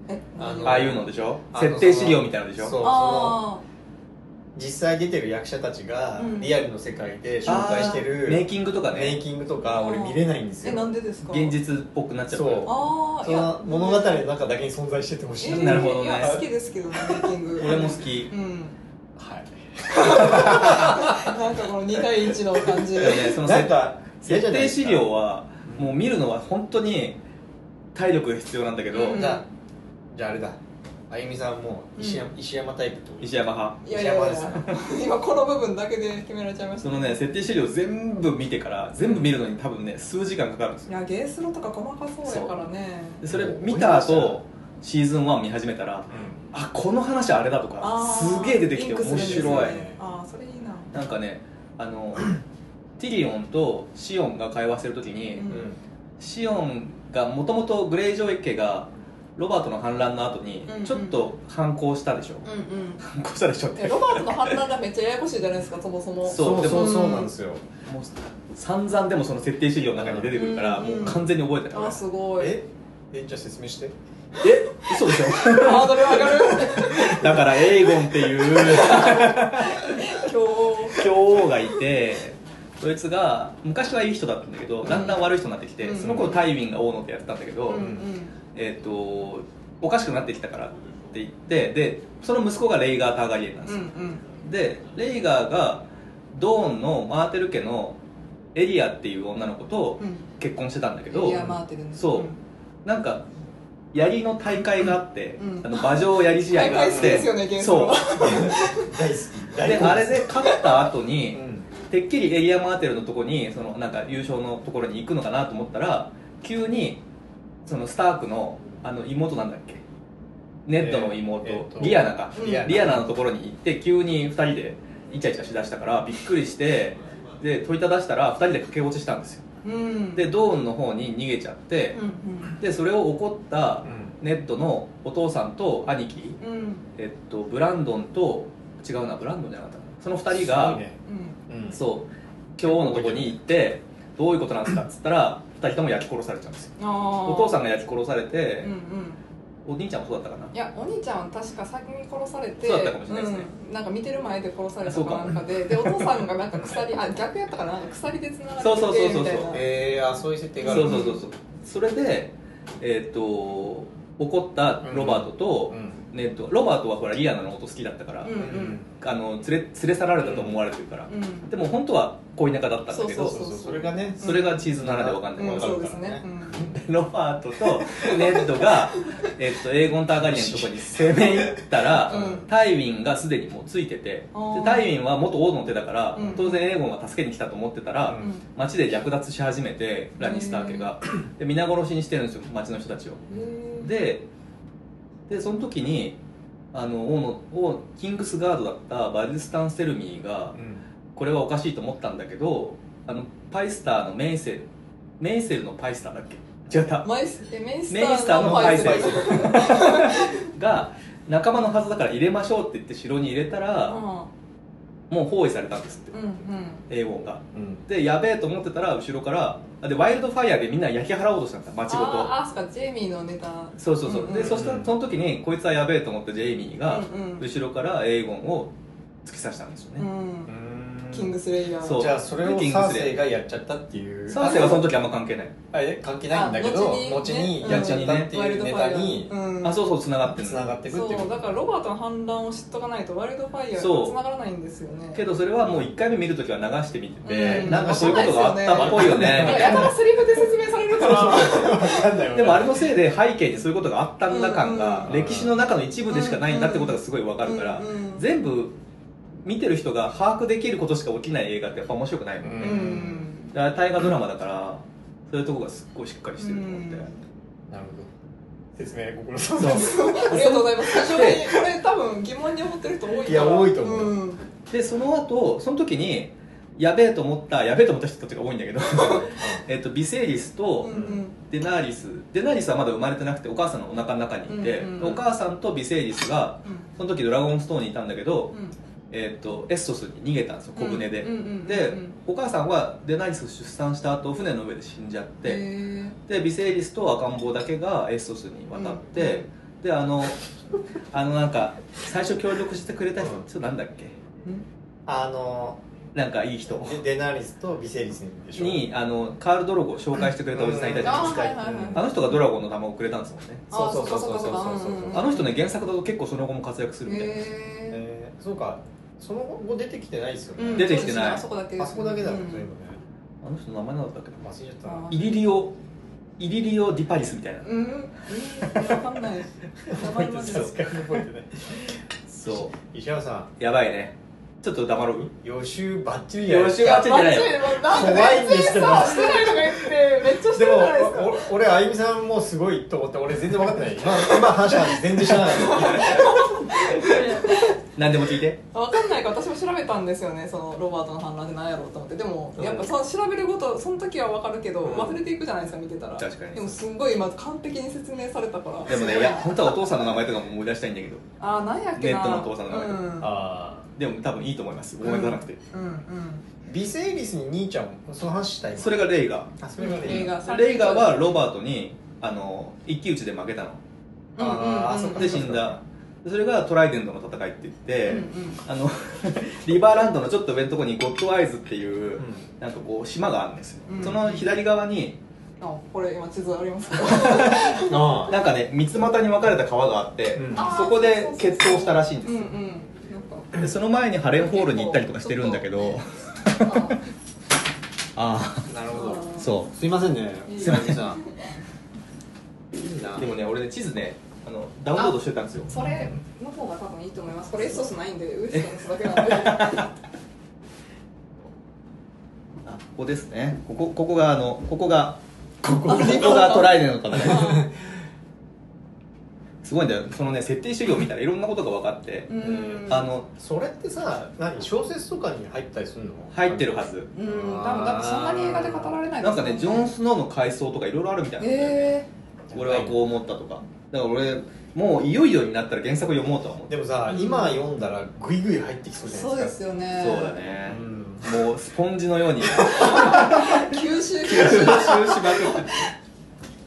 [SPEAKER 3] え
[SPEAKER 2] あの
[SPEAKER 1] ああいうのでしょ
[SPEAKER 2] あの
[SPEAKER 1] 設定資料みたいなのでしょ
[SPEAKER 2] その
[SPEAKER 3] あ
[SPEAKER 2] 実際出てる役者たちが
[SPEAKER 3] うん
[SPEAKER 2] リアルの世界で紹
[SPEAKER 1] あー
[SPEAKER 2] 介してる
[SPEAKER 1] メイキングとか
[SPEAKER 2] メイ
[SPEAKER 1] ね
[SPEAKER 2] キングとか俺見れないんです
[SPEAKER 3] ーえな
[SPEAKER 2] よ
[SPEAKER 3] んでですか
[SPEAKER 1] 現実っぽくなっちゃうから
[SPEAKER 2] そう
[SPEAKER 3] ああ
[SPEAKER 2] その物語の中だけに存在しててほしい
[SPEAKER 1] えなるほどね
[SPEAKER 3] いや好きですけどねメイキング
[SPEAKER 1] 俺も好き
[SPEAKER 3] うん
[SPEAKER 2] はい
[SPEAKER 3] なんかこの2対1の感じ
[SPEAKER 1] だよねその
[SPEAKER 2] な
[SPEAKER 1] 設
[SPEAKER 2] んか
[SPEAKER 1] 設定資料は
[SPEAKER 2] うん
[SPEAKER 1] もう見るのは本当に体力が必要なんだけど、
[SPEAKER 3] うん
[SPEAKER 2] じゃあじゃああれだあゆみさんも石山,、石山タイプってこと
[SPEAKER 1] 石山派
[SPEAKER 3] いやいやい
[SPEAKER 2] 石
[SPEAKER 3] や
[SPEAKER 2] 山
[SPEAKER 3] 今この部分だけで決められちゃいました
[SPEAKER 1] そのね設定資料全部見てから全部見るのに多分ね数時間かかるんです
[SPEAKER 3] い
[SPEAKER 1] よ
[SPEAKER 3] やゲースロとか細かそうやからね
[SPEAKER 1] でそれ見た後シーズン1見始めたらあこの話あれだとか
[SPEAKER 3] あー
[SPEAKER 1] すげえ出てきて
[SPEAKER 3] リンクする
[SPEAKER 1] 面
[SPEAKER 3] んですね
[SPEAKER 1] 白い
[SPEAKER 3] ああそれいいな
[SPEAKER 1] なんかねあの ティリオンとシオンが会話してる時に、
[SPEAKER 3] うん
[SPEAKER 1] シオンがもともとグレイジョイ家がロバートの反乱の後に
[SPEAKER 3] うんうん
[SPEAKER 1] ちょっと反抗したでしょ、
[SPEAKER 3] うんうん
[SPEAKER 1] 反抗したでしょって
[SPEAKER 3] えロバートの判断がめっちゃややこしいじゃないですかそもそも
[SPEAKER 1] そう
[SPEAKER 2] そう
[SPEAKER 1] で
[SPEAKER 2] そ
[SPEAKER 1] も
[SPEAKER 2] うそうなんですよ
[SPEAKER 1] もう散々でもその設定資料の中に出てくるから、
[SPEAKER 3] うん
[SPEAKER 1] もう完全に覚えてない、
[SPEAKER 3] あすごい
[SPEAKER 2] ええじゃあ説 明して
[SPEAKER 1] え嘘でしょ
[SPEAKER 3] ハードル上がる
[SPEAKER 1] だからエイゴンっていう
[SPEAKER 3] 今
[SPEAKER 1] 女王がいてそいつが昔はいい人だったんだけどだんだん悪い人になってきて、
[SPEAKER 3] うん
[SPEAKER 1] その頃タイウィンが王のってやってたんだけど、
[SPEAKER 3] 日うん
[SPEAKER 1] えっ、とおかしくなってきたからって言ってでその息子がレイガー・ターガリエンなんで
[SPEAKER 3] う
[SPEAKER 1] す
[SPEAKER 3] んう
[SPEAKER 1] よ、
[SPEAKER 3] ん
[SPEAKER 1] でレイガーがドーンのマーテル家のエリアっていう女の子と
[SPEAKER 3] うん
[SPEAKER 1] 結婚してたんだけ
[SPEAKER 3] うん
[SPEAKER 1] ど、
[SPEAKER 3] エリア・マーテルね
[SPEAKER 1] そうなんか槍の大会があって、
[SPEAKER 3] うん
[SPEAKER 1] あの馬上槍試合があっ
[SPEAKER 3] 大会
[SPEAKER 1] て
[SPEAKER 3] 好きですよねゲーム
[SPEAKER 1] そ
[SPEAKER 3] は
[SPEAKER 1] う
[SPEAKER 2] 大好き
[SPEAKER 1] で
[SPEAKER 2] 大好き
[SPEAKER 1] あれで勝った後
[SPEAKER 2] う
[SPEAKER 1] に、
[SPEAKER 2] ん
[SPEAKER 1] てっきりエリア・マーテルのとこにそのなんか優勝のところに行くのかなと思ったら急にそのスタークのあの妹なんだっけネッドの妹、
[SPEAKER 2] えーえーと
[SPEAKER 1] リアナか、
[SPEAKER 3] うん
[SPEAKER 2] リアナ
[SPEAKER 1] リアナのところに行って急に2人でイチャイチャしだしたからびっくりしてで問いただしたら2人で駆け落ちしたんですよ
[SPEAKER 3] うん
[SPEAKER 1] でドーンの方に逃げちゃって
[SPEAKER 3] う、ん
[SPEAKER 1] でそれを怒った
[SPEAKER 2] うん
[SPEAKER 1] ネットのお父さんと兄貴、
[SPEAKER 3] うんうん
[SPEAKER 1] えっと、ブランドンと違うなブランドンじゃなかったなその2人
[SPEAKER 2] す
[SPEAKER 1] が
[SPEAKER 2] ごいね
[SPEAKER 3] うん
[SPEAKER 2] うん
[SPEAKER 1] そう今日のとこに行ってどういうことなんですかっつったら2人とも焼き殺されちゃうんですよ
[SPEAKER 3] ああ
[SPEAKER 1] お父さんが焼き殺されて
[SPEAKER 3] うんう、ん
[SPEAKER 1] お兄ちゃんもそうだったかない
[SPEAKER 3] やお兄ちゃんは確か先に殺されて
[SPEAKER 1] そうだったかもしれないですね
[SPEAKER 3] うん、なんか見てる前で殺され
[SPEAKER 1] あそ
[SPEAKER 3] た
[SPEAKER 1] うか
[SPEAKER 3] かなんかででお父さんがなんか鎖あ逆やったかななんか鎖で繋がってて
[SPEAKER 1] そうそうそうそうそう
[SPEAKER 3] みたいな
[SPEAKER 2] えー、あそういう設定がある
[SPEAKER 1] そうそうそうそうそれでえっと怒ったロバートと
[SPEAKER 2] うん
[SPEAKER 1] えっと、ロバートはほらリアナの音好きだったから、
[SPEAKER 3] うんうん
[SPEAKER 1] あの連れ連れ去られたと思われてるから、
[SPEAKER 3] うん
[SPEAKER 1] でも本当は恋仲だったんだけど
[SPEAKER 3] そう
[SPEAKER 2] そうそうそれがね
[SPEAKER 1] それがチーズならでわかんない、
[SPEAKER 3] うん
[SPEAKER 1] わか
[SPEAKER 3] そう
[SPEAKER 1] るか
[SPEAKER 3] で
[SPEAKER 1] ら
[SPEAKER 3] すね、うん
[SPEAKER 1] ロバートとネッドが、えっと、エーゴン・ターガリエンのとこに攻め入ったら、
[SPEAKER 3] うん
[SPEAKER 1] タイウィンがすでにもうついててで
[SPEAKER 3] あー
[SPEAKER 1] タイウィンは元王の手だから、
[SPEAKER 3] うん
[SPEAKER 1] 当然エーゴンが助けに来たと思ってたら、
[SPEAKER 2] うん
[SPEAKER 1] 町で略奪し始めてラニスター家がで皆殺しにしてるんですよ町の人たちを
[SPEAKER 3] うん
[SPEAKER 1] ででその時にあの王の王キングスガードだったバルスタン・セルミーがこれはおかしいと思ったんだけどあのパイスターのメイセルメイセルのパイスターだっけ違った
[SPEAKER 3] マイスえメインス
[SPEAKER 1] メインス
[SPEAKER 3] ター
[SPEAKER 1] ターの
[SPEAKER 3] の
[SPEAKER 1] パ
[SPEAKER 3] パ
[SPEAKER 1] イ
[SPEAKER 3] イ
[SPEAKER 1] セ
[SPEAKER 3] セ
[SPEAKER 1] ン
[SPEAKER 3] ン
[SPEAKER 1] が仲間のはずだから入れましょうって言って城に入れたら、もう包囲されたんですって
[SPEAKER 3] うんうん
[SPEAKER 1] 英語が
[SPEAKER 2] うん
[SPEAKER 1] でやべえと思ってたら後ろからあでワイルドファイヤーでみんな焼き払おうとしたんだ町ごと
[SPEAKER 3] あーあそうかジェイミーのネタ
[SPEAKER 1] そうそうそう、
[SPEAKER 3] うんうん
[SPEAKER 1] でそしたらその時にこいつはやべえと思ってジェイミーが
[SPEAKER 3] うんうん
[SPEAKER 1] 後ろからエーゴンを突き刺したんですよ
[SPEAKER 3] う
[SPEAKER 1] ね、
[SPEAKER 3] ん
[SPEAKER 2] うん
[SPEAKER 3] キングスレイヤー
[SPEAKER 1] そう
[SPEAKER 2] じゃあそれを
[SPEAKER 1] キング
[SPEAKER 2] サー
[SPEAKER 1] スレイ
[SPEAKER 2] セイがやっちゃったっていう
[SPEAKER 1] サーセイはその時あんま関係ない、
[SPEAKER 2] あえ関係ないんだけ
[SPEAKER 3] あ
[SPEAKER 2] ど
[SPEAKER 3] 後にね
[SPEAKER 2] 後にやっちゃったって
[SPEAKER 3] ワイル
[SPEAKER 2] いう
[SPEAKER 3] ドフ
[SPEAKER 2] ネ
[SPEAKER 3] ァ
[SPEAKER 2] タ
[SPEAKER 3] イヤ
[SPEAKER 2] に
[SPEAKER 3] ーうん
[SPEAKER 1] あそうそう繋がってる
[SPEAKER 2] 繋がっていくっていう
[SPEAKER 3] そうだからロバートの反乱を知っとかないとワイルドファイヤー
[SPEAKER 1] そう
[SPEAKER 3] が繋がらないんですよね
[SPEAKER 1] けどそれはもう1回目見るときは流してみてて、
[SPEAKER 3] うん
[SPEAKER 1] なんかそういうことがあったっぽいよね
[SPEAKER 3] なん
[SPEAKER 1] み
[SPEAKER 3] か
[SPEAKER 1] た
[SPEAKER 3] や
[SPEAKER 1] い
[SPEAKER 3] た
[SPEAKER 1] な
[SPEAKER 3] らセリフで説明されるから
[SPEAKER 2] わかんない わ
[SPEAKER 1] でもあれのせいで背景にそういうことがあったんだ感が
[SPEAKER 2] うんうん
[SPEAKER 1] 歴史の中の一部でしかないんだってことがすごいわかるから
[SPEAKER 3] うんうん
[SPEAKER 1] 全部見てる人が把握できることしか起きない映画ってやっぱ面白くないもん
[SPEAKER 3] う
[SPEAKER 1] ね、
[SPEAKER 3] ん
[SPEAKER 1] だから大河ドラマだからそういうとこがすっごいしっかりしてると思って、
[SPEAKER 3] うん
[SPEAKER 2] なるほど説明ご苦労さまです
[SPEAKER 1] そう
[SPEAKER 3] ありがとうございます非常にこれ多分疑問に思ってる人多いから
[SPEAKER 2] いや多いと思うん
[SPEAKER 1] でその後その時にやべえと思ったやべえと思った人たちが多いんだ けどえっとビセイリスと、
[SPEAKER 3] うんうん
[SPEAKER 1] デナーリスデナーリスはまだ生まれてなくてお母さんのお腹の中にいて、
[SPEAKER 3] うんうん
[SPEAKER 1] でお母さんとビセイリスがその時ドラゴンストーンにいたんだけど、えー、とエッソスに逃げたんですよ小船で、
[SPEAKER 3] うんうんうんうん
[SPEAKER 1] でお母さんはデナーリスを出産した後船の上で死んじゃっ
[SPEAKER 3] へ
[SPEAKER 1] て、
[SPEAKER 3] ー
[SPEAKER 1] でビセイリスと赤ん坊だけがエッソスに渡って、であのあのなんか最初協力してくれた人、ちょっとなんだっけ
[SPEAKER 2] あの
[SPEAKER 1] なんかいい人
[SPEAKER 2] デデナーリスとビセリスにでしょ
[SPEAKER 1] にあのカール・ドロゴを紹介してくれたおじさんいたじゃないですか、
[SPEAKER 3] あはいはいはい
[SPEAKER 1] あの人がドラゴンの玉をくれたんですもんね
[SPEAKER 2] そうそうそうそうそうそうそう
[SPEAKER 3] あそっかそっかそっかうんうんうん
[SPEAKER 1] あの人ね原作だと結構その後も活躍するみたいな、
[SPEAKER 3] へ
[SPEAKER 2] えーそうかその後出てきてないですよ
[SPEAKER 3] ーうん
[SPEAKER 1] 出
[SPEAKER 2] ね
[SPEAKER 1] てきてない
[SPEAKER 3] あそこだけ
[SPEAKER 2] あそこだけだよね
[SPEAKER 3] うん
[SPEAKER 2] そういえ
[SPEAKER 1] あの人の名前なんだったっけ
[SPEAKER 2] ばね忘れちゃったな
[SPEAKER 3] あ
[SPEAKER 1] イリリオイリリオ・ディパリスみたいな、
[SPEAKER 3] うん、うん、わかんない。名前まで。
[SPEAKER 2] さすがに覚えてない
[SPEAKER 1] そ
[SPEAKER 2] 石原さん
[SPEAKER 1] うやばいねちょっと黙ろう
[SPEAKER 2] 予習バッチリじゃないです
[SPEAKER 1] 予習バッ
[SPEAKER 2] か
[SPEAKER 1] チリじゃないよ
[SPEAKER 3] なんか
[SPEAKER 2] 怖いんで
[SPEAKER 3] 全
[SPEAKER 2] すけ
[SPEAKER 3] 然
[SPEAKER 2] ど
[SPEAKER 3] さ、してないとか言って、めっちゃして
[SPEAKER 2] で
[SPEAKER 3] る
[SPEAKER 2] も
[SPEAKER 3] じゃないですか。
[SPEAKER 2] お俺あゆみさんもすごいと思って俺全然分かってない今 今話した話全然知らない
[SPEAKER 1] 何でも聞いて
[SPEAKER 3] わかんないから私も調べたんですよねそのロバートの反乱で何やろうと思ってでもやっぱその調べるごとその時はわかるけど忘れていくじゃないですか見てたら
[SPEAKER 1] 確かに
[SPEAKER 3] でもすんごい今完璧に説明されたから
[SPEAKER 1] でもねいや本当はお父さんの名前とかも思い出したいんだけど
[SPEAKER 3] ああ何やっけ
[SPEAKER 1] ネ
[SPEAKER 3] な
[SPEAKER 1] ットのお父さんの名前
[SPEAKER 3] うん、うん
[SPEAKER 2] あ
[SPEAKER 1] でも多分いいと思います思い出さなくて、
[SPEAKER 3] うん
[SPEAKER 2] ビセイリスに兄ちゃんもその話したい
[SPEAKER 1] それがレイガ
[SPEAKER 2] あそれがね
[SPEAKER 3] 映画
[SPEAKER 1] ーレイガーはロバートにあの一騎打ちで負けたの
[SPEAKER 3] うんうんうん
[SPEAKER 2] あーそっか
[SPEAKER 1] で死んだそれがトライデントの戦いって言って、
[SPEAKER 3] うんうん
[SPEAKER 1] あの リバーランドのちょっと上のところにゴッドアイズっていう、
[SPEAKER 2] うん
[SPEAKER 1] なんかこう島があるんですよ、
[SPEAKER 3] うん
[SPEAKER 1] その左側に
[SPEAKER 3] あこれ今地図ありますか
[SPEAKER 2] あ
[SPEAKER 1] なんかね三つ股に分かれた川があって、
[SPEAKER 2] うん
[SPEAKER 1] そこで決闘したらしいんで
[SPEAKER 3] う
[SPEAKER 1] す
[SPEAKER 3] んう
[SPEAKER 1] よ
[SPEAKER 3] んなんか
[SPEAKER 1] でその前にハレンホールに行ったりとかしてるんだけど
[SPEAKER 3] あー
[SPEAKER 1] あ
[SPEAKER 2] なるほど
[SPEAKER 1] あそ
[SPEAKER 2] すいませんね
[SPEAKER 3] すいません
[SPEAKER 2] さんいいうな
[SPEAKER 1] でもね俺ね地図ねあのダウンロードしてたんですよ
[SPEAKER 3] それの方が多分いいと思いますこれエストスないんでウエストのスだけな んで
[SPEAKER 1] あここですねここここがあのここがここがトライデントの戦いすごいんだよそのね設定資料見たらいろんなことが分かって、
[SPEAKER 3] うん
[SPEAKER 1] あの
[SPEAKER 2] それってさ何小説とかに入ったりするの
[SPEAKER 1] 入ってるはず
[SPEAKER 3] うん、多分だってそんなに映画で語られない
[SPEAKER 1] なんかねジョン・
[SPEAKER 3] ス
[SPEAKER 1] スノーの回想とかいろいろあるみたいなんだよね、
[SPEAKER 3] え
[SPEAKER 1] 俺はこう思ったとかだから俺もういよいよになったら原作読もうとは思って
[SPEAKER 2] でもさ今読んだらグイグイ入ってきそ
[SPEAKER 3] ー、
[SPEAKER 2] うじゃ
[SPEAKER 3] そう
[SPEAKER 2] ない
[SPEAKER 3] で
[SPEAKER 2] です
[SPEAKER 3] す
[SPEAKER 2] か
[SPEAKER 3] よね
[SPEAKER 1] そうだね
[SPEAKER 2] うん
[SPEAKER 1] もうスポンジのように
[SPEAKER 3] 九州
[SPEAKER 1] 吸収しまくって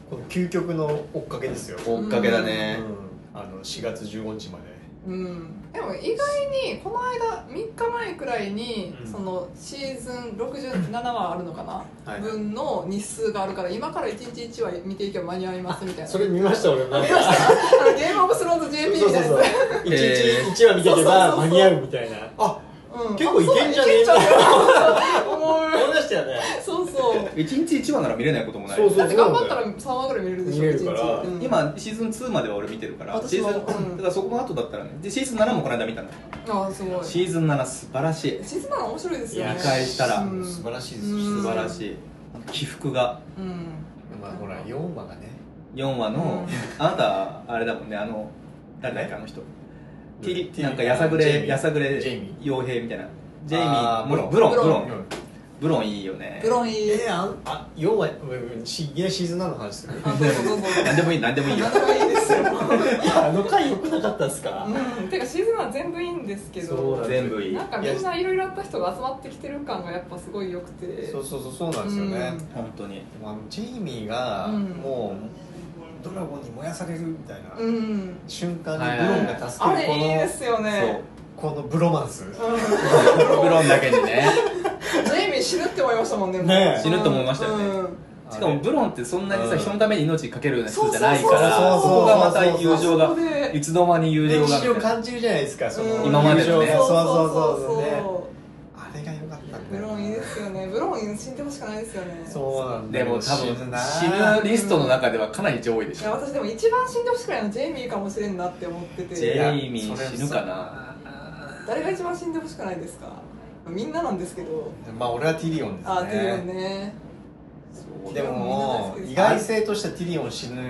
[SPEAKER 2] この究極の追っかけですよ
[SPEAKER 1] 追っかけだね
[SPEAKER 2] うんあの4月15日まで
[SPEAKER 3] うん、でも意外にこの間3日前くらいに、
[SPEAKER 2] うん
[SPEAKER 3] そのシーズン67話あるのかな、
[SPEAKER 2] はい
[SPEAKER 3] 分の日数があるから今から1日1話見ていけば間に合いますみたいな
[SPEAKER 6] それ見ました俺も
[SPEAKER 3] 見ましたあ のゲームオブスローンズ JP みた
[SPEAKER 6] そう
[SPEAKER 3] いな
[SPEAKER 6] そう
[SPEAKER 3] やつ
[SPEAKER 6] そう一日一話見ていけば間に合うみたいなあ
[SPEAKER 3] うん
[SPEAKER 2] 結構いけんじゃねえ
[SPEAKER 3] あそういけんじゃね
[SPEAKER 2] 思い出したよね
[SPEAKER 3] えそうそう
[SPEAKER 1] 1日1話なら見れないこともない
[SPEAKER 6] そうそう
[SPEAKER 3] だって頑張ったら3話ぐらい見れるでしょ
[SPEAKER 6] 見れるから
[SPEAKER 3] 一日うん
[SPEAKER 1] 今シーズン2までは俺見てるから
[SPEAKER 3] 私
[SPEAKER 1] シー
[SPEAKER 3] も
[SPEAKER 1] ズン、
[SPEAKER 3] うん
[SPEAKER 1] だからそこの後だったらねでシーズン7もこの間見たの
[SPEAKER 3] あすごいシ
[SPEAKER 1] シーズン7素晴らしい
[SPEAKER 3] ーズン7面白いですよね
[SPEAKER 1] 見返したら
[SPEAKER 3] うん
[SPEAKER 2] 素晴らしいです
[SPEAKER 3] うん
[SPEAKER 1] 素晴らしい起伏が
[SPEAKER 3] うん
[SPEAKER 2] まあほら4話がね
[SPEAKER 1] 4話の、あなたあれだもんねあの誰だっけあの人ティリなんかやさぐ
[SPEAKER 2] ジェイ
[SPEAKER 1] れ
[SPEAKER 2] ミー
[SPEAKER 1] やさぐれ
[SPEAKER 2] ジェイミー
[SPEAKER 1] 傭兵みたいなジェイミー
[SPEAKER 2] あー
[SPEAKER 1] ブロンブ
[SPEAKER 2] ブ
[SPEAKER 1] ロ
[SPEAKER 2] ロ
[SPEAKER 1] ン
[SPEAKER 3] ン
[SPEAKER 1] ブ
[SPEAKER 3] ブ
[SPEAKER 1] ロンブロンいいよね
[SPEAKER 3] ブロンいい
[SPEAKER 2] えー、あんあ4話ごめんごめんし いきなりシーズン7の話する
[SPEAKER 3] あどうぞどうぞ
[SPEAKER 1] 何でもいい何でもいいよ
[SPEAKER 3] 何でもいいですよ
[SPEAKER 2] いやあの回よくなかったっすか
[SPEAKER 3] うんてかシーズンは全部いいんですけ
[SPEAKER 6] そう
[SPEAKER 3] ど
[SPEAKER 6] だ
[SPEAKER 1] 全部いい
[SPEAKER 3] なんかみんないろいろあった人が集まってきてる感がやっぱすごい良くて
[SPEAKER 2] そうそうそうそうなんですよね、
[SPEAKER 3] うん
[SPEAKER 2] で
[SPEAKER 1] 本当に
[SPEAKER 2] もあのジェイミーが
[SPEAKER 3] うん
[SPEAKER 2] もうドラゴンに燃やされるみたいな、
[SPEAKER 3] うん
[SPEAKER 2] 瞬間
[SPEAKER 1] はいはい
[SPEAKER 2] にブ
[SPEAKER 1] は
[SPEAKER 2] ロ
[SPEAKER 1] い
[SPEAKER 2] ンが助
[SPEAKER 3] あ
[SPEAKER 2] けるこ
[SPEAKER 3] れいいで
[SPEAKER 2] の
[SPEAKER 3] すよね
[SPEAKER 2] このブロマンス
[SPEAKER 1] そう ブロンだけにね
[SPEAKER 3] ジェイミー死ぬって思いましたもんねもう
[SPEAKER 2] ねえ
[SPEAKER 1] 死ぬと思いましたよね
[SPEAKER 3] うん
[SPEAKER 1] しかもブロンってそんなにさ
[SPEAKER 2] うん
[SPEAKER 1] 人のために命かけるような人じゃないから
[SPEAKER 2] そう
[SPEAKER 1] そ
[SPEAKER 2] そうそうそう
[SPEAKER 1] こがまた友情
[SPEAKER 3] そ
[SPEAKER 1] が
[SPEAKER 3] こで
[SPEAKER 1] いつの間に友情
[SPEAKER 2] 歴
[SPEAKER 1] が
[SPEAKER 2] 史を
[SPEAKER 1] みたいな
[SPEAKER 2] 感じるじゃないですかその
[SPEAKER 3] うん
[SPEAKER 1] 今までのね
[SPEAKER 2] 友情がそうそうそうそうね
[SPEAKER 3] そ
[SPEAKER 2] あれが良かったん
[SPEAKER 3] う
[SPEAKER 2] だ
[SPEAKER 3] ブ
[SPEAKER 2] よ
[SPEAKER 3] ロンいいですよねブロン死んでほしくないですよね
[SPEAKER 2] そうなんだ
[SPEAKER 1] で
[SPEAKER 2] よ
[SPEAKER 1] も多分
[SPEAKER 2] 死
[SPEAKER 1] 死
[SPEAKER 2] ぬ
[SPEAKER 1] ぬ
[SPEAKER 2] な
[SPEAKER 1] リストの中ではかなり上位で
[SPEAKER 3] い
[SPEAKER 1] し
[SPEAKER 3] や
[SPEAKER 1] ょ
[SPEAKER 3] 私でも一番死んでほしくないのはジェイミーかもしれんなって思って
[SPEAKER 1] ジェイ
[SPEAKER 3] て
[SPEAKER 1] ミー死ぬかな
[SPEAKER 2] な
[SPEAKER 3] 誰が一番死んでほしくないですかみんななんですけど
[SPEAKER 2] まあ俺はティリオンですね
[SPEAKER 3] あーっていうよね
[SPEAKER 1] そう
[SPEAKER 2] でも
[SPEAKER 3] み
[SPEAKER 2] 意
[SPEAKER 3] んな大好き
[SPEAKER 2] 外性としてはティリオン死ぬ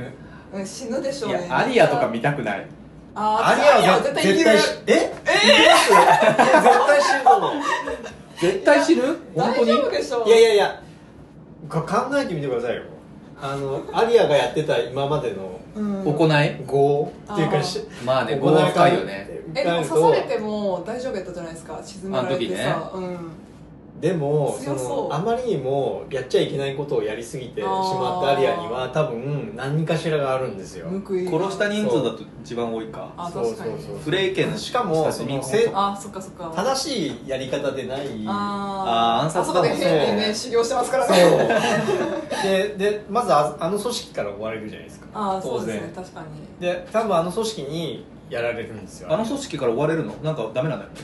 [SPEAKER 3] うん死ぬでしょう
[SPEAKER 1] い
[SPEAKER 3] ね
[SPEAKER 1] やアリアとか見たくない
[SPEAKER 3] あー
[SPEAKER 2] アリアは絶
[SPEAKER 3] 絶
[SPEAKER 2] 対
[SPEAKER 3] 対
[SPEAKER 2] 絶
[SPEAKER 3] 生
[SPEAKER 2] 対
[SPEAKER 3] き
[SPEAKER 2] 死
[SPEAKER 3] る
[SPEAKER 2] ええ絶対死ぬと思
[SPEAKER 1] 絶対死ぬ本当
[SPEAKER 3] 大
[SPEAKER 1] に
[SPEAKER 3] 丈夫でしょ
[SPEAKER 2] ういやいやいやか考えてみてくださいよあのアリアがやってた今までの
[SPEAKER 3] うん
[SPEAKER 1] 行い
[SPEAKER 2] 業っていう
[SPEAKER 3] あー
[SPEAKER 2] かし
[SPEAKER 1] まあね語は深いよね
[SPEAKER 3] えでも刺されても大丈夫やったじゃないですか沈められて
[SPEAKER 1] あ
[SPEAKER 3] さ、うん
[SPEAKER 2] でもそ
[SPEAKER 3] 強そう
[SPEAKER 2] のあまりにもやっちゃいけないことをやりすぎてしまったアリアには多分何かしらがあるんですよ
[SPEAKER 3] 報いが
[SPEAKER 1] 殺した人数だと一番多いか
[SPEAKER 3] あ確かに
[SPEAKER 1] フレイケンの
[SPEAKER 2] しかも
[SPEAKER 1] 親み
[SPEAKER 2] そのせ
[SPEAKER 3] あそっかそっかあ
[SPEAKER 2] 正しいやり方でない
[SPEAKER 3] あ
[SPEAKER 1] あー暗殺だもんね
[SPEAKER 3] あそこで変にね修行してますから
[SPEAKER 2] そう
[SPEAKER 3] ね
[SPEAKER 2] ででまずああの組織から追われるじゃないですか
[SPEAKER 3] ああそうですね確かに
[SPEAKER 2] で多分あの組織にやられるんですよ
[SPEAKER 1] あの組織から追われるのなんかダメなんだよね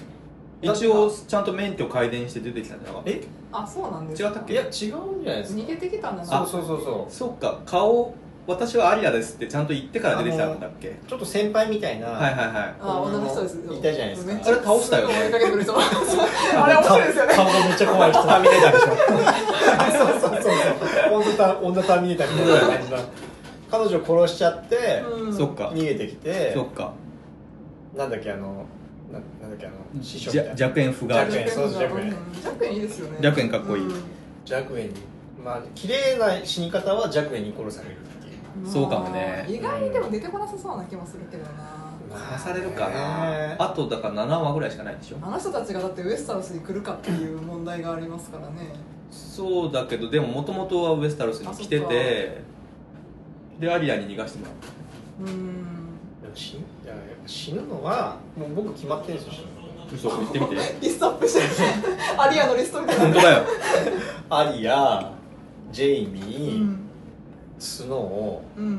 [SPEAKER 2] だ
[SPEAKER 1] 一応ちゃんと免許改善して出てきたんじゃなかった
[SPEAKER 2] え
[SPEAKER 3] あそうなんです
[SPEAKER 1] 違ったっ
[SPEAKER 2] い
[SPEAKER 1] け
[SPEAKER 2] や違うんじゃないですか
[SPEAKER 3] 逃げてきたんだ
[SPEAKER 2] そ
[SPEAKER 3] な
[SPEAKER 2] うそうそうそ
[SPEAKER 1] そうか顔私はアリアですってちゃんと言ってから出てきたんだっけ
[SPEAKER 2] うちょっと先輩みたいな、
[SPEAKER 1] はいはいはい
[SPEAKER 3] ああ女の人です
[SPEAKER 2] いたじゃないですか
[SPEAKER 3] めっち
[SPEAKER 1] あれ倒したよね
[SPEAKER 3] すごい追いかけてくる人あれ面白いですよね
[SPEAKER 2] 顔顔がめっちゃ怖い人
[SPEAKER 1] ターミネーターでしょ
[SPEAKER 2] そうそうそうそう女タ女ターミネーターみたいな感じの彼女を殺しちゃって、
[SPEAKER 3] うん
[SPEAKER 1] そっか
[SPEAKER 2] 逃げてきて
[SPEAKER 1] そっか
[SPEAKER 2] なんだっけあのななんだっけあの師匠み
[SPEAKER 1] じ
[SPEAKER 2] たいな
[SPEAKER 1] ゃ弱円不がある
[SPEAKER 2] 弱円そうです弱円
[SPEAKER 3] うん弱円いいですよね
[SPEAKER 1] 弱円かっこいい
[SPEAKER 2] 弱円にまあ綺麗な死に方は弱円に殺されるっていう
[SPEAKER 3] うん
[SPEAKER 1] そうかもね
[SPEAKER 3] 意外にでも出てこなさそうな気もするけどな
[SPEAKER 1] 刺されるか
[SPEAKER 2] ね
[SPEAKER 1] なあとだから7話ぐらいしかないでしょ
[SPEAKER 3] あの人たちがだってウエスタロスに来るかっていう問題がありますからね
[SPEAKER 1] そうだけどでももともとはウエスタロスに来て
[SPEAKER 3] あそ
[SPEAKER 1] てでアリアに逃がしてもらった
[SPEAKER 3] うん
[SPEAKER 2] でも死ぬいややっぱ死ぬのはもう僕決まってるんですよ死ぬの
[SPEAKER 1] 嘘言ってみて
[SPEAKER 3] リストアップしてるアリアのリストみたい
[SPEAKER 1] 本
[SPEAKER 3] な
[SPEAKER 1] 当だよ
[SPEAKER 2] アリアジェイミ
[SPEAKER 3] う
[SPEAKER 2] ー、
[SPEAKER 3] ん
[SPEAKER 2] スノ
[SPEAKER 3] うん
[SPEAKER 2] ー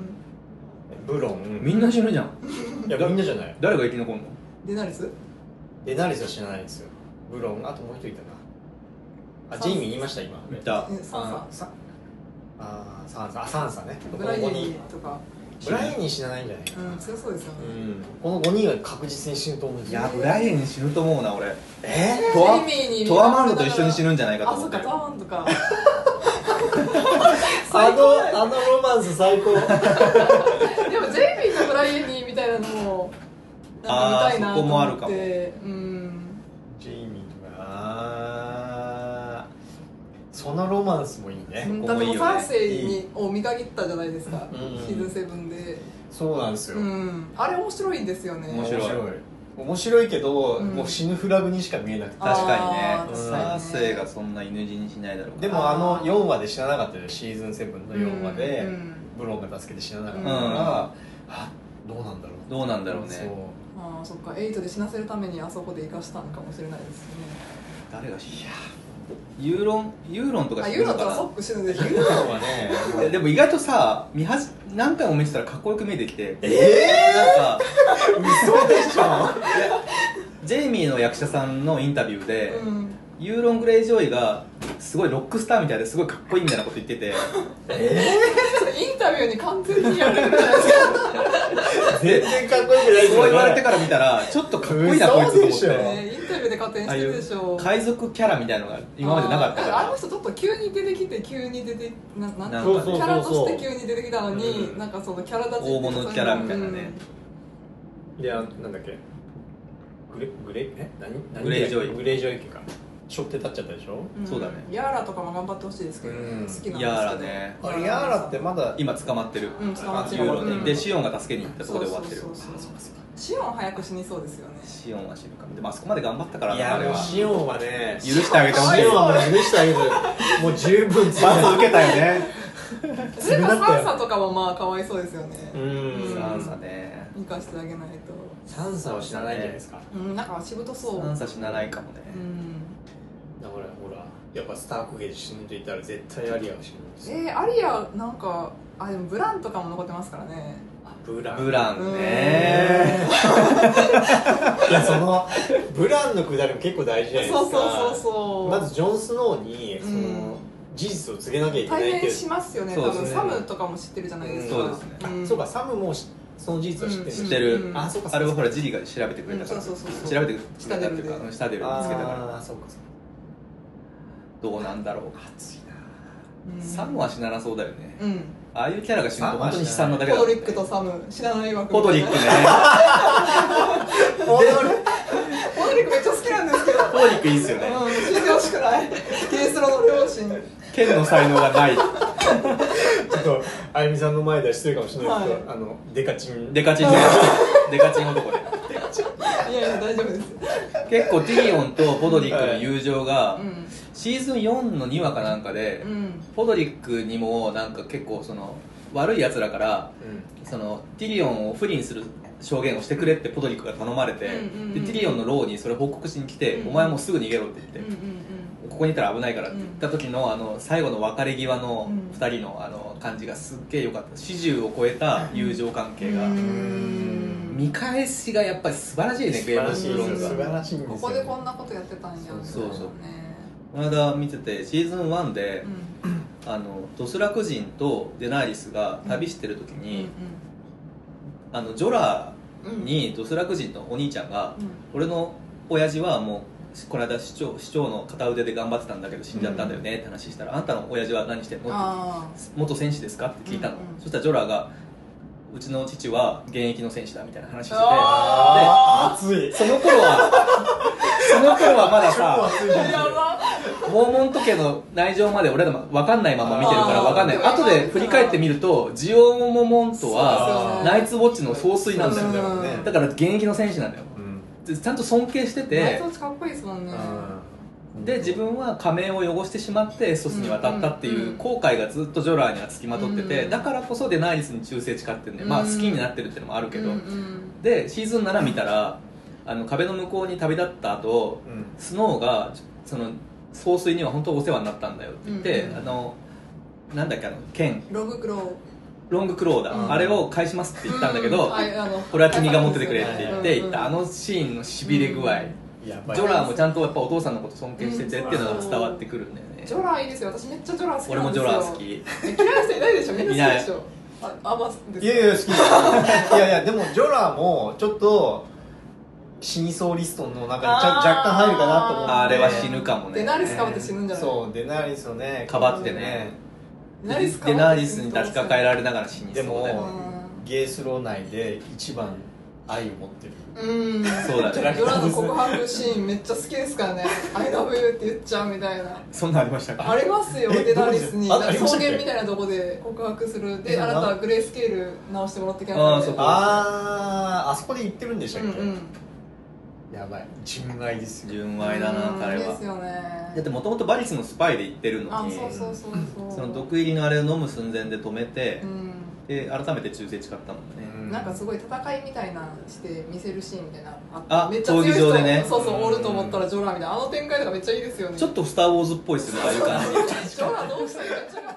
[SPEAKER 2] ブロン
[SPEAKER 1] みんな死ぬじゃん
[SPEAKER 2] いやみんなじゃない
[SPEAKER 1] 誰が生き残るの
[SPEAKER 3] デナリス
[SPEAKER 2] デナリスは死なないんですよブロンあともう一人いたなあジェイミー言いました今
[SPEAKER 1] いた
[SPEAKER 3] えサンサ
[SPEAKER 2] あサあーサンサあサンサねこ
[SPEAKER 3] ブ
[SPEAKER 2] の
[SPEAKER 3] ライエ
[SPEAKER 2] 5
[SPEAKER 3] リ
[SPEAKER 2] 人
[SPEAKER 3] ーとか
[SPEAKER 2] ブライエニー死なないんじゃないかな
[SPEAKER 3] うん強そうですよね
[SPEAKER 2] うんこの5人は確実に死ぬと思うんで
[SPEAKER 1] い
[SPEAKER 2] すよ
[SPEAKER 1] やブライエン死ぬと思うな俺
[SPEAKER 2] えー
[SPEAKER 1] トア
[SPEAKER 3] ジェイミーに
[SPEAKER 1] トアマンドと一緒に死ぬんじゃないかと
[SPEAKER 3] あそ
[SPEAKER 1] 思っ
[SPEAKER 3] ってか
[SPEAKER 1] る
[SPEAKER 3] タワンと か
[SPEAKER 2] あのあのロマンス最高
[SPEAKER 3] でもジェイミーとブライエニーみたいなのもなんか見たいなと思って
[SPEAKER 1] あーそこもあるかも
[SPEAKER 3] うん
[SPEAKER 2] ジェイミーとかあーそのロマンスもいいね、
[SPEAKER 3] うん
[SPEAKER 1] こ
[SPEAKER 3] だっ
[SPEAKER 1] も
[SPEAKER 3] ても
[SPEAKER 1] いい
[SPEAKER 3] う
[SPEAKER 1] よね
[SPEAKER 3] 3世にを見限ったじゃないですか、
[SPEAKER 2] うん
[SPEAKER 3] シーズン7で、
[SPEAKER 2] そうなんですよ、
[SPEAKER 3] うん、あれ面白いんですよね
[SPEAKER 1] 面白い
[SPEAKER 2] 面白い面白いけど、
[SPEAKER 3] うん
[SPEAKER 2] もう死ぬフラグにしか見えなくて
[SPEAKER 3] あ
[SPEAKER 1] 確か
[SPEAKER 3] あ
[SPEAKER 1] にね
[SPEAKER 2] ー確
[SPEAKER 1] サ
[SPEAKER 2] かに
[SPEAKER 1] ー
[SPEAKER 3] ね
[SPEAKER 1] セイがそんな犬死にしないだろうから
[SPEAKER 2] でもあの4話で死ななかったよシーズン7の4話で、
[SPEAKER 3] うん
[SPEAKER 2] ブロンが助けて死ななかったから、
[SPEAKER 1] うん
[SPEAKER 2] あどうなんだろう
[SPEAKER 1] どうなんだろうね
[SPEAKER 2] そう
[SPEAKER 3] ああそっかエイトで死なせるためにあそこで生かしたのかもしれないですね
[SPEAKER 1] 誰が死んだユーロンユーロンとか
[SPEAKER 3] あ
[SPEAKER 1] 死
[SPEAKER 3] ユ
[SPEAKER 1] ぬ
[SPEAKER 3] ーロ
[SPEAKER 1] の
[SPEAKER 3] とかソッ
[SPEAKER 1] か
[SPEAKER 3] ク死ぬん でしょ
[SPEAKER 7] ユーロはね
[SPEAKER 1] なでも意外とさ見はじ何回も見てたらかっこよく見えてきてえなんか
[SPEAKER 2] 嘘でしょ
[SPEAKER 1] ジェイミーの役者さんのインタビューで、
[SPEAKER 3] うん
[SPEAKER 1] ユーロン・グレイジョイがすごいロックスターみたいですごいかっこいいみたいなこと言ってて
[SPEAKER 3] それインタビューに完全にやられるじゃないですか
[SPEAKER 2] 全然かっこよくない
[SPEAKER 1] そう言われてから見たらちょっとかっこいいなこいつと思っ
[SPEAKER 2] 嘘でしょ
[SPEAKER 1] て。
[SPEAKER 3] ねインタビューで加点
[SPEAKER 1] あ
[SPEAKER 3] し
[SPEAKER 1] あ
[SPEAKER 3] て
[SPEAKER 1] い
[SPEAKER 3] るでしょ
[SPEAKER 1] う海賊キャラみたいなのが今までなかったか
[SPEAKER 3] あーんあの
[SPEAKER 1] ら
[SPEAKER 3] 人ちょっと急に出てきて急に出てななんていう
[SPEAKER 1] そ
[SPEAKER 3] の
[SPEAKER 1] うそうそうそう
[SPEAKER 3] キャラとして急に出てきたのに、
[SPEAKER 2] うん
[SPEAKER 3] なんかそのキャラ立ちって
[SPEAKER 1] 大物キャラみたいなね
[SPEAKER 2] いやなんだっけグレグレえ何何
[SPEAKER 1] グレイジョイ
[SPEAKER 2] グレイジョイ家かしょって立っちゃったでしょ
[SPEAKER 3] ん
[SPEAKER 1] そうだね
[SPEAKER 3] ヤーラとかも頑張ってほしいですけど、ね
[SPEAKER 2] う
[SPEAKER 3] 好き
[SPEAKER 2] ん
[SPEAKER 3] なんですけど
[SPEAKER 1] ヤーラね
[SPEAKER 2] あれヤーラってまだ
[SPEAKER 1] 今捕まってる、
[SPEAKER 3] うん捕まってる
[SPEAKER 1] ユーロン
[SPEAKER 3] う
[SPEAKER 1] ね
[SPEAKER 3] ん
[SPEAKER 1] でシオンが助けに行ったところで終わってる
[SPEAKER 3] そうそうそうそう
[SPEAKER 1] あそうかそうか
[SPEAKER 3] シオン早く死にそうです よね
[SPEAKER 1] シオンは死ぬかもでもあそこまで頑張ったから
[SPEAKER 2] い
[SPEAKER 1] な
[SPEAKER 2] や
[SPEAKER 1] あれ
[SPEAKER 2] もう
[SPEAKER 1] は
[SPEAKER 2] シオンはね
[SPEAKER 1] 許してあげてほしい
[SPEAKER 2] シオンはもう許してあげるもう十分
[SPEAKER 1] 罰受けたよね
[SPEAKER 3] それから
[SPEAKER 2] 償った
[SPEAKER 3] サ
[SPEAKER 2] よ
[SPEAKER 3] ンサとかもまあかわいそうですよね、
[SPEAKER 2] うん
[SPEAKER 1] サンサね
[SPEAKER 3] 生かしてあげないと
[SPEAKER 2] サンサは死なないんじゃないですか
[SPEAKER 3] うんなんかしぶとそう
[SPEAKER 1] サンサ死なないかもね、
[SPEAKER 3] うん
[SPEAKER 2] だからほらやっぱスタークゲージ死ぬといたら絶対アリアが死ぬんですよ
[SPEAKER 3] えー、アリアなんかあでもブランとかも残ってますからね
[SPEAKER 2] ブラン
[SPEAKER 1] ブラン ね
[SPEAKER 2] えーいやそのブランのくだりも結構大事じゃないですか
[SPEAKER 3] そうそうそうそう
[SPEAKER 2] まずジョン・スノーにその、
[SPEAKER 3] うん
[SPEAKER 2] 事実を告げなきゃいけな
[SPEAKER 3] 対
[SPEAKER 2] いってい
[SPEAKER 3] 面
[SPEAKER 2] う
[SPEAKER 3] しますよね
[SPEAKER 1] そう
[SPEAKER 3] 多
[SPEAKER 1] です
[SPEAKER 3] 分
[SPEAKER 1] ね
[SPEAKER 3] サムとかも知ってるじゃないですか、
[SPEAKER 1] うんそうですね
[SPEAKER 3] ん
[SPEAKER 2] そうかサムもしその事実は知ってるん
[SPEAKER 1] 知っ
[SPEAKER 2] です
[SPEAKER 1] て
[SPEAKER 2] よ
[SPEAKER 1] る、
[SPEAKER 3] うん
[SPEAKER 2] あそうか
[SPEAKER 1] あれはほらジリが調べてくれたから、
[SPEAKER 3] うんそうそうそうそう
[SPEAKER 1] 調べてくれたっていうかうん下で見つけたから
[SPEAKER 2] あーそうかそうか
[SPEAKER 1] どうなんだろう
[SPEAKER 2] 熱い
[SPEAKER 3] うん
[SPEAKER 1] サムは死ななそうだよね、
[SPEAKER 3] うん
[SPEAKER 1] ああいうキャラが死ぬと本当に悲惨なだけ
[SPEAKER 3] ポ
[SPEAKER 1] だ
[SPEAKER 3] ドリックとサム知らない枠
[SPEAKER 1] ポドリックね
[SPEAKER 2] な戻る
[SPEAKER 3] ポドリックめっちゃ好きなんですけど
[SPEAKER 1] ポドリックいいっすよね
[SPEAKER 3] うん死んでほしくないケースロの両親
[SPEAKER 1] 剣の才能がない
[SPEAKER 2] ちょっとあゆみさんの前では失礼かもしれないですけど、
[SPEAKER 3] は
[SPEAKER 2] あのデカチン
[SPEAKER 1] デカチンねデカチン男で
[SPEAKER 3] いやいや大丈夫です
[SPEAKER 1] 結構ティギオンとポドリックの友情が
[SPEAKER 3] うん
[SPEAKER 1] シーズン4の2話かなんかで
[SPEAKER 3] うん
[SPEAKER 1] ポドリックにもなんか結構その悪いやつらから
[SPEAKER 2] うん
[SPEAKER 1] そのティリオンを不利にする証言をしてくれってポドリックが頼まれて、
[SPEAKER 3] うんうんうん
[SPEAKER 1] でティリオンのローにそれ報告しに来て、
[SPEAKER 3] うん
[SPEAKER 1] お前もうすぐ逃げろって言って、
[SPEAKER 3] うんうん
[SPEAKER 1] ここにいたら危ないからって言った時のあの最後の別れ際の
[SPEAKER 3] うん
[SPEAKER 1] 2人のあの感じがすっげえ良かった四十を超えた友情関係が、
[SPEAKER 3] う
[SPEAKER 1] 見
[SPEAKER 3] ん
[SPEAKER 1] 返しがやっぱり素晴らしいね
[SPEAKER 2] 素晴らしい
[SPEAKER 1] ゲームオブ
[SPEAKER 2] で
[SPEAKER 1] ス
[SPEAKER 2] す
[SPEAKER 1] ロ
[SPEAKER 2] よ素
[SPEAKER 1] ーンが
[SPEAKER 2] 晴らしいんですよ
[SPEAKER 3] ここでこんなことやってたんや
[SPEAKER 1] そうそう
[SPEAKER 3] ね
[SPEAKER 1] この間見ててシーズン1で
[SPEAKER 3] う、ん
[SPEAKER 1] あのドスラク人とデナーリスが旅してる時に、あのジョラ
[SPEAKER 3] うんうん
[SPEAKER 1] にドスラク人のお兄ちゃんが、
[SPEAKER 3] うん
[SPEAKER 1] 俺の親父はもうこの間市長市長の片腕で頑張ってたんだけど死んじゃったんだよねって話したら、あんたの親父は何してんのって
[SPEAKER 3] あ
[SPEAKER 1] 元選手ですかって聞いたの、
[SPEAKER 3] うんうん
[SPEAKER 1] そしたらジョラがうちの父は現役の選手だみたいな話してて
[SPEAKER 2] あー熱い
[SPEAKER 1] その頃はその頃はまだ
[SPEAKER 2] 超
[SPEAKER 1] さ
[SPEAKER 2] 熱いじゃん
[SPEAKER 3] あやば
[SPEAKER 1] モーモント家の内情まで俺らも分かんないまま見てるから分かんない
[SPEAKER 3] あー
[SPEAKER 1] 後で振り返ってみるとジオモモモントは
[SPEAKER 2] そう
[SPEAKER 1] ナイツウォッチの総帥なんだよ、
[SPEAKER 3] そう
[SPEAKER 2] よね
[SPEAKER 1] だから現役の選手なんだよ
[SPEAKER 2] うん
[SPEAKER 1] でちゃんと尊敬して
[SPEAKER 3] 内
[SPEAKER 1] て
[SPEAKER 3] 装かっこいいですもんね
[SPEAKER 1] で自分は仮面を汚してしまってエソスに渡ったって
[SPEAKER 3] うん
[SPEAKER 1] い
[SPEAKER 3] うん
[SPEAKER 1] う後悔がずっとジョラーにはつきまとってて、
[SPEAKER 3] うん
[SPEAKER 1] だからこそデナイリスに忠誠誓ってるんで、まあ、
[SPEAKER 3] う
[SPEAKER 1] 好
[SPEAKER 3] ん
[SPEAKER 1] きになってるってのもあるけど、
[SPEAKER 3] うんうん
[SPEAKER 1] でシーズン7見たらあの壁の向こうに旅立った後
[SPEAKER 2] うん
[SPEAKER 1] スノーがその総帥には本当お世話になったんだよって言って、
[SPEAKER 3] うん
[SPEAKER 1] あのなんだっけあの剣
[SPEAKER 3] ログクロウ
[SPEAKER 1] ロングクローだ、
[SPEAKER 3] うん
[SPEAKER 1] あれを返しますって言ったんだけど、
[SPEAKER 3] うんはいあの
[SPEAKER 1] これは君が持っててくれって言って
[SPEAKER 3] うん
[SPEAKER 1] 行ったあのシーンのしびれ具合、
[SPEAKER 3] うん
[SPEAKER 2] やばい
[SPEAKER 1] ジョラーもちゃんとやっぱお父さんのこと尊敬しててっていうのが伝わってくるんだよね、
[SPEAKER 3] ジョラーいいですよ私めっちゃジョラー好き
[SPEAKER 1] 俺
[SPEAKER 3] な
[SPEAKER 1] も
[SPEAKER 3] ん
[SPEAKER 1] ジ
[SPEAKER 3] です
[SPEAKER 1] ョ
[SPEAKER 3] よ
[SPEAKER 1] ラー好き
[SPEAKER 3] え嫌いな人いないでしょみんな好きでしょああまあです
[SPEAKER 2] いやいや好きだいやいやでもジョラーもちょっと死にそうリストの中にちゃ
[SPEAKER 3] あー
[SPEAKER 2] 若干入るかなと思って
[SPEAKER 1] あれは死ぬかもね
[SPEAKER 3] デナリスかぶって死ぬんじゃない
[SPEAKER 2] そうデナリスをね
[SPEAKER 1] かばってね
[SPEAKER 3] デナリスかぶって死ぬと思う
[SPEAKER 1] デナーリスに立ち抱えられながら死に
[SPEAKER 2] で
[SPEAKER 1] そう
[SPEAKER 2] も、
[SPEAKER 1] だよね
[SPEAKER 2] ゲースロー内で一番愛を持ってる
[SPEAKER 3] うん
[SPEAKER 1] そうだ
[SPEAKER 2] じゃな
[SPEAKER 1] ね
[SPEAKER 2] く
[SPEAKER 3] ジョラーの告白シーンめっちゃ好きですからね「I love you」って言っちゃうみたいな
[SPEAKER 1] そんなんありましたか
[SPEAKER 3] ありますよ
[SPEAKER 2] え
[SPEAKER 3] デナリスに
[SPEAKER 2] どこ
[SPEAKER 3] なん
[SPEAKER 2] で
[SPEAKER 3] か
[SPEAKER 2] あありま
[SPEAKER 3] 草
[SPEAKER 2] したっけ
[SPEAKER 3] 原みたいなとこで告白する
[SPEAKER 2] え
[SPEAKER 3] であなたはグレースケール直してもらってきなさい
[SPEAKER 1] あーそこ
[SPEAKER 2] あああそこで言ってるんでしたっ
[SPEAKER 3] うん
[SPEAKER 2] け、
[SPEAKER 3] うん
[SPEAKER 2] やばい純愛ですよ
[SPEAKER 1] 純愛だな彼
[SPEAKER 3] うんいい
[SPEAKER 1] は
[SPEAKER 3] ですよね
[SPEAKER 1] だってもともとバリスのスパイで行ってるの
[SPEAKER 3] あ
[SPEAKER 1] に
[SPEAKER 3] そうそうそうそう
[SPEAKER 1] その毒入りのあれを飲む寸前で止めて
[SPEAKER 3] うん
[SPEAKER 1] っで改めて中性誓ったもんね、
[SPEAKER 3] なんかすごい戦いみたいなして見せるシーンみたいな
[SPEAKER 1] あ
[SPEAKER 3] めっちゃ強い人
[SPEAKER 1] 闘技場でね
[SPEAKER 3] そうそうおると思ったらジョラみたいなあの展開とかめっちゃいいですよね
[SPEAKER 1] ちょっと「スター・ウォーズ」っぽいっすねああいう感
[SPEAKER 3] ジ
[SPEAKER 1] じ
[SPEAKER 3] ョラどうしたらいいかジョラ